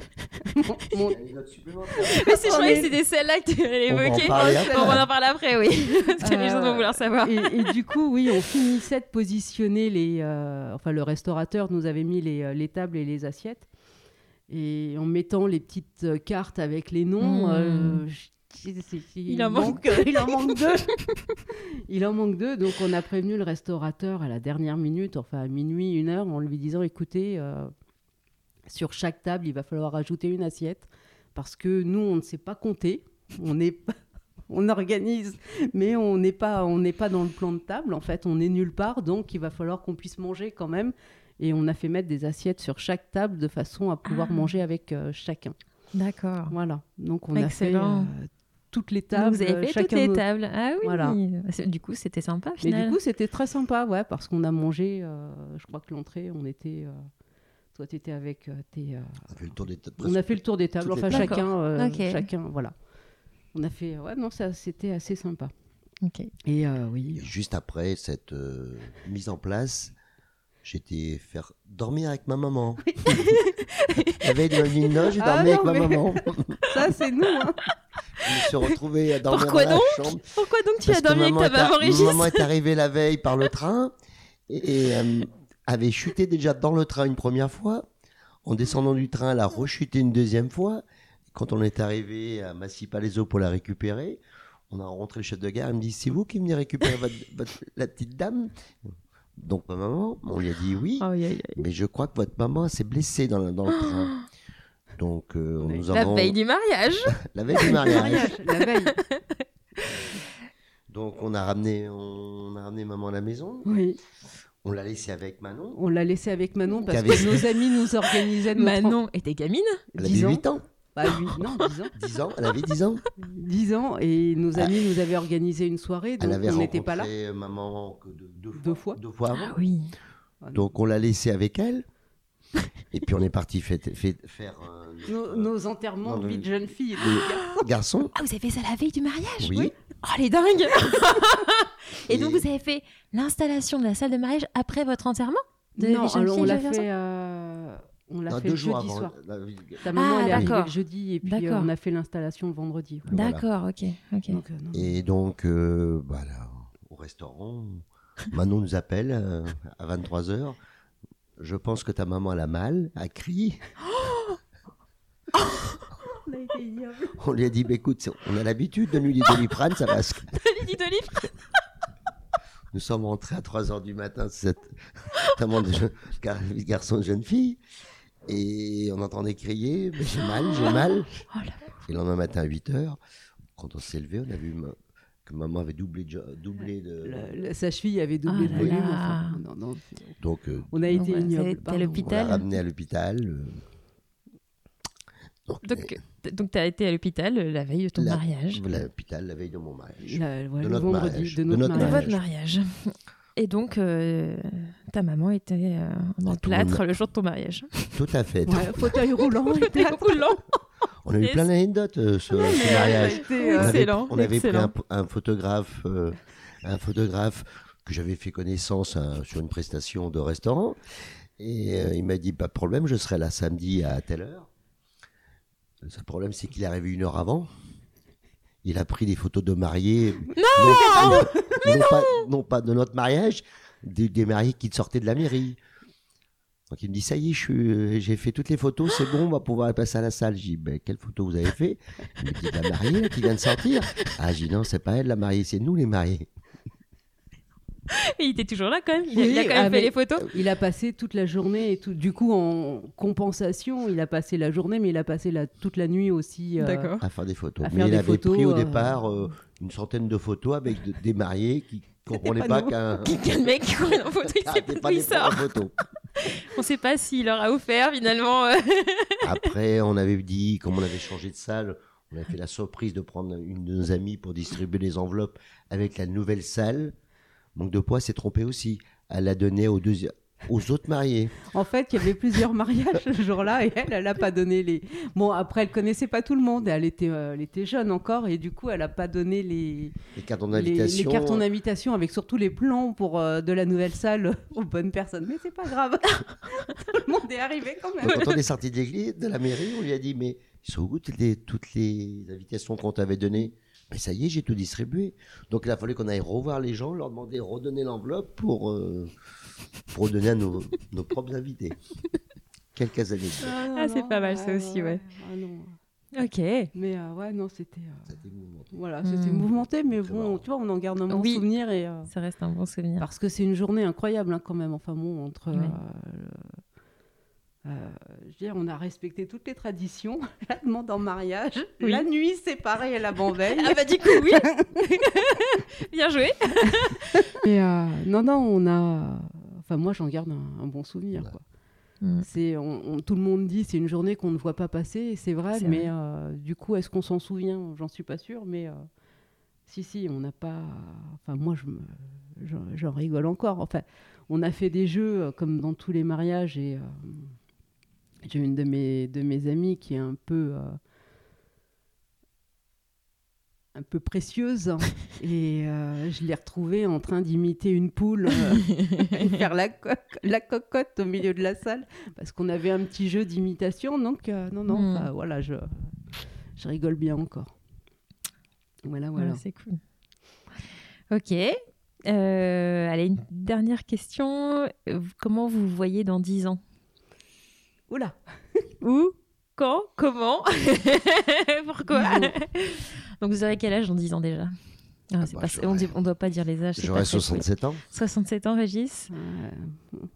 Speaker 3: mon- mon-
Speaker 1: Mais si je
Speaker 3: On
Speaker 1: croyais
Speaker 3: est-
Speaker 1: que c'était celle-là que tu allais
Speaker 2: On va en
Speaker 1: évoquer.
Speaker 2: parler
Speaker 1: Bon, on
Speaker 2: après.
Speaker 1: va en parler après, oui. Parce que les
Speaker 3: Euh,
Speaker 1: gens vont vouloir savoir.
Speaker 3: et, et du coup, oui, on finissait de positionner les. euh, enfin, le restaurateur nous avait mis les, euh, les tables et les assiettes. Et en mettant les petites euh, cartes avec les noms,
Speaker 1: Mm.
Speaker 3: euh, je- c'est- c'est- il
Speaker 1: en
Speaker 3: il en manque deux. il en manque deux. Donc, on a prévenu le restaurateur à la dernière minute, enfin à minuit, une heure, en lui disant écoutez, euh, sur chaque table, il va falloir ajouter une assiette parce que nous, on ne sait pas compter. On est on organise, mais on n'est pas, on n'est pas dans le plan de table. En fait, on est nulle part, donc il va falloir qu'on puisse manger quand même. Et on a fait mettre des assiettes sur chaque table de façon à pouvoir
Speaker 1: Ah.
Speaker 3: manger avec euh, chacun.
Speaker 1: D'accord.
Speaker 3: Voilà. Donc on a
Speaker 1: Excellent.
Speaker 3: fait euh, toutes les
Speaker 1: Donc,
Speaker 3: tables.
Speaker 1: vous avez fait
Speaker 3: chacun
Speaker 1: toutes les
Speaker 3: notre-
Speaker 1: tables. Ah oui.
Speaker 3: Voilà.
Speaker 1: C'est- Du coup, c'était sympa
Speaker 3: Mais du
Speaker 1: finalement.
Speaker 3: coup, c'était très sympa, ouais, parce qu'on a mangé. euh, je crois que l'entrée, on était. euh, toi, tu étais avec euh, tes. euh,
Speaker 2: On a fait le tour des tables.
Speaker 3: on a fait le tour des tables.
Speaker 2: Toutes les
Speaker 3: Enfin,
Speaker 1: tables.
Speaker 3: chacun, euh,
Speaker 1: Ok.
Speaker 3: chacun, voilà. On a fait. Ouais, non, ça, c'était assez sympa.
Speaker 1: Ok.
Speaker 3: Et euh, oui.
Speaker 2: Et juste après cette euh, mise en place, j'étais faire dormir avec ma maman. La veille de ma nuit de noces, j'ai
Speaker 3: Ah
Speaker 2: dormi avec
Speaker 3: non,
Speaker 2: ma
Speaker 3: mais-
Speaker 2: maman.
Speaker 3: Ça, c'est nous. hein.
Speaker 2: Je me suis retrouvé à dormir
Speaker 1: Pourquoi
Speaker 2: dans la
Speaker 1: donc
Speaker 2: chambre.
Speaker 1: Pourquoi donc tu
Speaker 2: parce
Speaker 1: as
Speaker 2: que
Speaker 1: dormi avec
Speaker 2: maman
Speaker 1: ta
Speaker 2: est ar-
Speaker 1: maman Régis
Speaker 2: Maman est arrivée la veille par le train et, et, euh, avait chuté déjà dans le train une première fois. En descendant du train, elle a rechuté une deuxième fois. Quand on est arrivé à Massy-Palaiso pour la récupérer, on a rencontré le chef de gare. Il me dit C'est vous qui venez récupérer votre, votre- la petite dame Donc, ma maman, on lui a dit oui.
Speaker 1: Aïe, aïe, aïe.
Speaker 2: Mais je crois que votre maman s'est blessée dans, le- dans le train. Donc, euh, on
Speaker 3: Mais
Speaker 2: nous
Speaker 1: La
Speaker 2: avons-
Speaker 1: veille du mariage.
Speaker 2: la veille du mariage.
Speaker 3: mariage, la veille.
Speaker 2: Donc, on a, ramené, on a ramené maman à la maison.
Speaker 3: Oui,
Speaker 2: On l'a laissé avec Manon.
Speaker 3: on l'a laissé avec Manon parce
Speaker 2: Qu'avec-
Speaker 3: que nos amis nous organisaient notre
Speaker 1: Manon était gamine.
Speaker 2: Elle avait
Speaker 3: 10 ans.
Speaker 2: 8 ans.
Speaker 3: Bah, oui, non, 10 ans.
Speaker 2: 10 ans, elle avait 10 ans.
Speaker 3: 10 ans et nos amis nous avaient organisé une soirée, donc
Speaker 2: Elle avait
Speaker 3: on
Speaker 2: rencontré euh,
Speaker 3: n'était pas là.
Speaker 2: maman que deux, deux fois,
Speaker 3: Deux fois. Ah
Speaker 2: avant.
Speaker 1: oui.
Speaker 2: Donc on l'a laissé avec elle. Et puis on est parti fête- fête- faire euh,
Speaker 3: Nos, nos enterrements
Speaker 2: Non,
Speaker 3: de vie
Speaker 2: mais-
Speaker 3: de jeune fille.
Speaker 2: le garçon.
Speaker 1: Ah, vous avez fait ça la veille du mariage
Speaker 2: Oui.
Speaker 1: Oh, les dingues Et donc,
Speaker 2: Et-
Speaker 1: vous avez fait l'installation de la salle de mariage après votre enterrement de
Speaker 3: non,
Speaker 1: les jeunes
Speaker 3: alors on
Speaker 1: filles,
Speaker 3: l'a
Speaker 1: jeunes garçons
Speaker 3: fait, euh, on l'a
Speaker 2: Non,
Speaker 3: fait
Speaker 2: deux
Speaker 3: le
Speaker 2: jours
Speaker 3: jeudi
Speaker 2: avant. Euh,
Speaker 3: soir.
Speaker 2: La- la-
Speaker 3: Ta maman
Speaker 1: Ah,
Speaker 3: elle est arrivée
Speaker 1: d'accord.
Speaker 3: le jeudi et puis euh,
Speaker 1: D'accord.
Speaker 3: on a fait l'installation le vendredi. ouais.
Speaker 2: Voilà.
Speaker 1: D'accord, ok. ok.
Speaker 3: Donc, euh, non.
Speaker 2: Et donc, euh, bah, là, au restaurant, Manon nous appelle euh, à 23h. Je pense que ta maman, elle a mal, a crié. On lui a dit, bah, écoute, c'est- on a l'habitude de lui des doliprane, ça va se
Speaker 1: Lydie d'Olive.
Speaker 2: Nous sommes rentrés à 3h du matin, cette notamment de jeunes- gar- garçons et jeunes filles. Et on entendait crier, mais j'ai mal, j'ai mal.
Speaker 1: Oh là.
Speaker 2: Et le lendemain matin à 8h, quand on s'est levé, on a vu ma- que maman avait doublé, de jo- doublé de...
Speaker 3: Le- le- sa cheville avait doublé
Speaker 1: Ah
Speaker 3: le
Speaker 1: là
Speaker 3: volume.
Speaker 1: là.
Speaker 3: enfin, non, non.
Speaker 2: Donc, euh,
Speaker 3: On a
Speaker 1: Donc,
Speaker 3: été
Speaker 1: voilà,
Speaker 3: ignobles.
Speaker 1: c'était à
Speaker 3: pardon.
Speaker 2: on l'a
Speaker 1: l'hôpital.
Speaker 2: ramené à l'hôpital. euh. Donc,
Speaker 1: Donc, t- donc tu as été à l'hôpital euh, la veille de ton
Speaker 2: La-
Speaker 1: mariage.
Speaker 2: euh, l'hôpital, la veille de mon mariage.
Speaker 3: La- ouais,
Speaker 2: De
Speaker 3: Euh, le
Speaker 2: notre
Speaker 3: vendredi
Speaker 2: mariage.
Speaker 3: de
Speaker 2: De
Speaker 3: notre,
Speaker 2: notre
Speaker 1: De
Speaker 3: mariage.
Speaker 1: votre mariage. Et donc, euh, ta maman était euh, dans le
Speaker 2: Tout le monde-
Speaker 1: plâtre le jour de ton mariage.
Speaker 2: Tout à fait.
Speaker 3: Ouais, fauteuil roulant. et
Speaker 1: T'es
Speaker 3: théâtre.
Speaker 1: roulant.
Speaker 2: On a eu plein d'anecdotes euh, sur
Speaker 1: mais,
Speaker 2: ce
Speaker 1: euh,
Speaker 2: mariage.
Speaker 3: C'était,
Speaker 2: On
Speaker 3: euh,
Speaker 2: avait-
Speaker 1: Excellent,
Speaker 2: On avait
Speaker 1: excellent.
Speaker 2: pris un, un photographe, euh, un photographe que j'avais fait connaissance euh, sur une prestation de restaurant. Et euh, il m'a dit, pas de problème, je serai là samedi à telle heure. Le seul problème, c'est qu'il est arrivé une heure avant. Il a pris des photos de mariés. Non non, pas, non pas de notre mariage, des, des mariés qui sortaient de la mairie. Donc il me dit, ça y est, je suis- euh, j'ai fait toutes les photos, c'est bon, on va pouvoir passer à la salle. J'ai dit, ben, quelle photo vous avez fait Il me dit, la mariée là, qui vient de sortir. Ah, j'ai dit, non, c'est pas elle la mariée, c'est nous les mariés.
Speaker 1: Et il était toujours là quand même. Il a,
Speaker 3: Oui,
Speaker 1: il a quand même
Speaker 3: ah,
Speaker 1: fait
Speaker 3: mais-
Speaker 1: les photos.
Speaker 3: Il a passé toute la journée et tout. Du coup, en compensation, il a passé la journée, mais il a passé la, toute la nuit aussi. euh,
Speaker 1: D'accord.
Speaker 2: à faire des photos.
Speaker 3: À
Speaker 2: Mais
Speaker 3: faire
Speaker 2: il
Speaker 3: des
Speaker 2: avait
Speaker 3: photos,
Speaker 2: pris au
Speaker 3: euh,
Speaker 2: départ euh, une centaine de photos avec de- des mariés qui comprenaient pas,
Speaker 3: pas nous.
Speaker 2: qu'un.
Speaker 1: Quelqu'un de mec qui courait en photo, il
Speaker 2: Ah,
Speaker 1: s'est
Speaker 2: c'était
Speaker 1: dit
Speaker 2: pas
Speaker 1: d'où il
Speaker 2: des
Speaker 1: sort.
Speaker 2: vraies photos.
Speaker 1: On sait pas s'il leur a offert finalement. euh,
Speaker 2: Après, on avait dit, comme on avait changé de salle, on avait fait la surprise de prendre une de nos amies pour distribuer les enveloppes avec la nouvelle salle. Manque de poids s'est trompé aussi. Elle l'a donné aux, deuxi- aux autres mariés.
Speaker 3: En fait, il y avait plusieurs mariages ce jour-là et elle, elle n'a pas donné les. Bon, après, elle connaissait pas tout le monde. Elle était, euh, elle était jeune encore et du coup, elle n'a pas donné les,
Speaker 2: Les cartons
Speaker 3: les, les
Speaker 2: d'invitation.
Speaker 3: cartons d'invitation avec surtout les plans pour euh, de la nouvelle salle aux bonnes personnes. Mais c'est pas grave. tout le monde est arrivé quand même.
Speaker 2: Donc, quand on est sorti de l'église, de la mairie, on lui a dit Mais ils sont où toutes les, toutes les invitations qu'on t'avait données Mais ça y est, j'ai tout distribué. Donc il a fallu qu'on aille revoir les gens, leur demander, redonner l'enveloppe pour, euh, pour redonner à nos, nos propres invités. Quelques années.
Speaker 1: Ah, c'est pas mal, ça aussi, ouais.
Speaker 3: Ah, non.
Speaker 1: Ok.
Speaker 3: Mais euh, ouais, non, c'était. euh,
Speaker 2: C'était mouvementé.
Speaker 3: Voilà,
Speaker 1: Hmm.
Speaker 3: c'était mouvementé, mais
Speaker 2: Très
Speaker 3: bon,
Speaker 2: marrant.
Speaker 3: tu vois, on en garde un bon
Speaker 1: Oui.
Speaker 3: souvenir et. euh,
Speaker 1: Ça reste un bon souvenir.
Speaker 3: Parce que c'est une journée incroyable hein, quand même. Enfin bon, entre. euh,
Speaker 1: Ouais.
Speaker 3: le- euh, je veux dire, on a respecté toutes les traditions. La demande en mariage,
Speaker 1: Oui.
Speaker 3: la nuit séparée et la veille
Speaker 1: Ah bah du coup oui. Bien joué.
Speaker 3: Et, euh, non, non, on a. Enfin, moi, j'en garde un, un bon souvenir.
Speaker 2: Ouais.
Speaker 3: quoi.
Speaker 1: Mm.
Speaker 3: C'est, on- on- tout le monde dit c'est une journée qu'on ne voit pas passer, et c'est vrai,
Speaker 1: C'est
Speaker 3: mais
Speaker 1: vrai.
Speaker 3: euh, du coup, est-ce qu'on s'en souvient J'en suis pas sûre, mais euh, si, si, on n'a pas. Enfin, moi, je me- j'en, j'en rigole encore. Enfin, on a fait des jeux euh, comme dans tous les mariages, et euh, j'ai une de mes, de mes amies qui est un peu. euh, un peu précieuse hein. et euh, je l'ai retrouvée en train d'imiter une poule euh, et faire la, co- la cocotte au milieu de la salle parce qu'on avait un petit jeu d'imitation donc euh, non non
Speaker 1: Mm.
Speaker 3: enfin, voilà je je rigole bien encore voilà voilà
Speaker 1: Ouais, c'est cool. Ok. Euh, allez, une dernière question. Euh, Comment vous vous voyez dans 10 ans
Speaker 3: oula
Speaker 1: Où Quand Comment Pourquoi Donc vous aurez quel âge dans 10 ans déjà Ah, c'est
Speaker 2: bah,
Speaker 1: pas-
Speaker 2: j'aurai-
Speaker 1: on ne doit pas dire les âges. c'est
Speaker 2: J'aurais
Speaker 1: pas très cool.
Speaker 2: 67 ans.
Speaker 1: 67 ans, Régis
Speaker 3: Euh,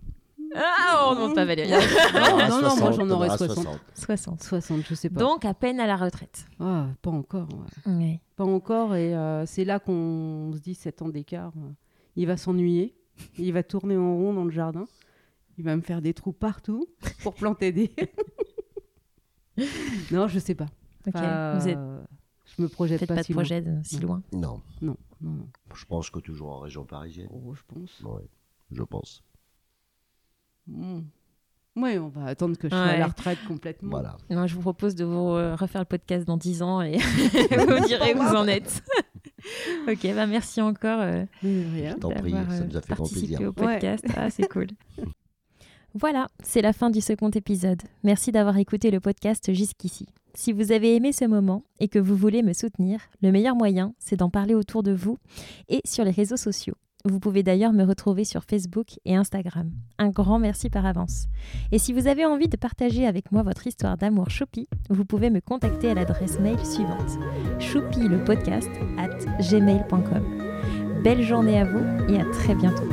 Speaker 1: Ah, on monte pas Valérie.
Speaker 3: non,
Speaker 2: On aura
Speaker 3: non, moi, j'en
Speaker 2: on
Speaker 3: aurais
Speaker 2: aura
Speaker 3: 60.
Speaker 1: 60.
Speaker 3: 60 je sais pas
Speaker 1: Donc à peine à la retraite.
Speaker 3: Ah, pas encore ouais.
Speaker 1: Oui.
Speaker 3: pas encore et euh, c'est là qu'on se dit 7 ans d'écart euh, il va s'ennuyer il va tourner en rond dans le jardin il va me faire des trous partout pour planter des non je sais pas
Speaker 1: Ok.
Speaker 3: Enfin,
Speaker 1: Vous êtes
Speaker 3: je me projette
Speaker 1: peut-être
Speaker 3: pas,
Speaker 1: pas de
Speaker 3: si loin.
Speaker 1: projet de- si
Speaker 3: Non.
Speaker 1: loin.
Speaker 2: Non,
Speaker 3: non non non
Speaker 2: je pense que toujours en région parisienne.
Speaker 3: Oh, je pense
Speaker 2: Ouais, je pense.
Speaker 3: Mm. ouais on va attendre que je sois
Speaker 1: Ouais.
Speaker 3: à la retraite complètement
Speaker 2: Voilà.
Speaker 1: Non, je vous propose de vous euh, refaire le podcast dans 10 ans et vous direz où vous en êtes. ok, bah merci encore euh,
Speaker 3: Mais rien
Speaker 2: Tant pis,
Speaker 1: d'avoir
Speaker 2: ça
Speaker 1: euh,
Speaker 2: nous a fait grand
Speaker 1: participé
Speaker 2: plaisir.
Speaker 1: au podcast. Ah, c'est cool. Voilà, c'est la fin du second épisode. Merci d'avoir écouté le podcast jusqu'ici. Si vous avez aimé ce moment et que vous voulez me soutenir, le meilleur moyen, c'est d'en parler autour de vous et sur les réseaux sociaux. Vous pouvez d'ailleurs me retrouver sur Facebook et Instagram. Un grand merci par avance. Et si vous avez envie de partager avec moi votre histoire d'amour choupi, vous pouvez me contacter à l'adresse mail suivante choupi le podcast at gmail.com. Belle journée à vous et à très bientôt.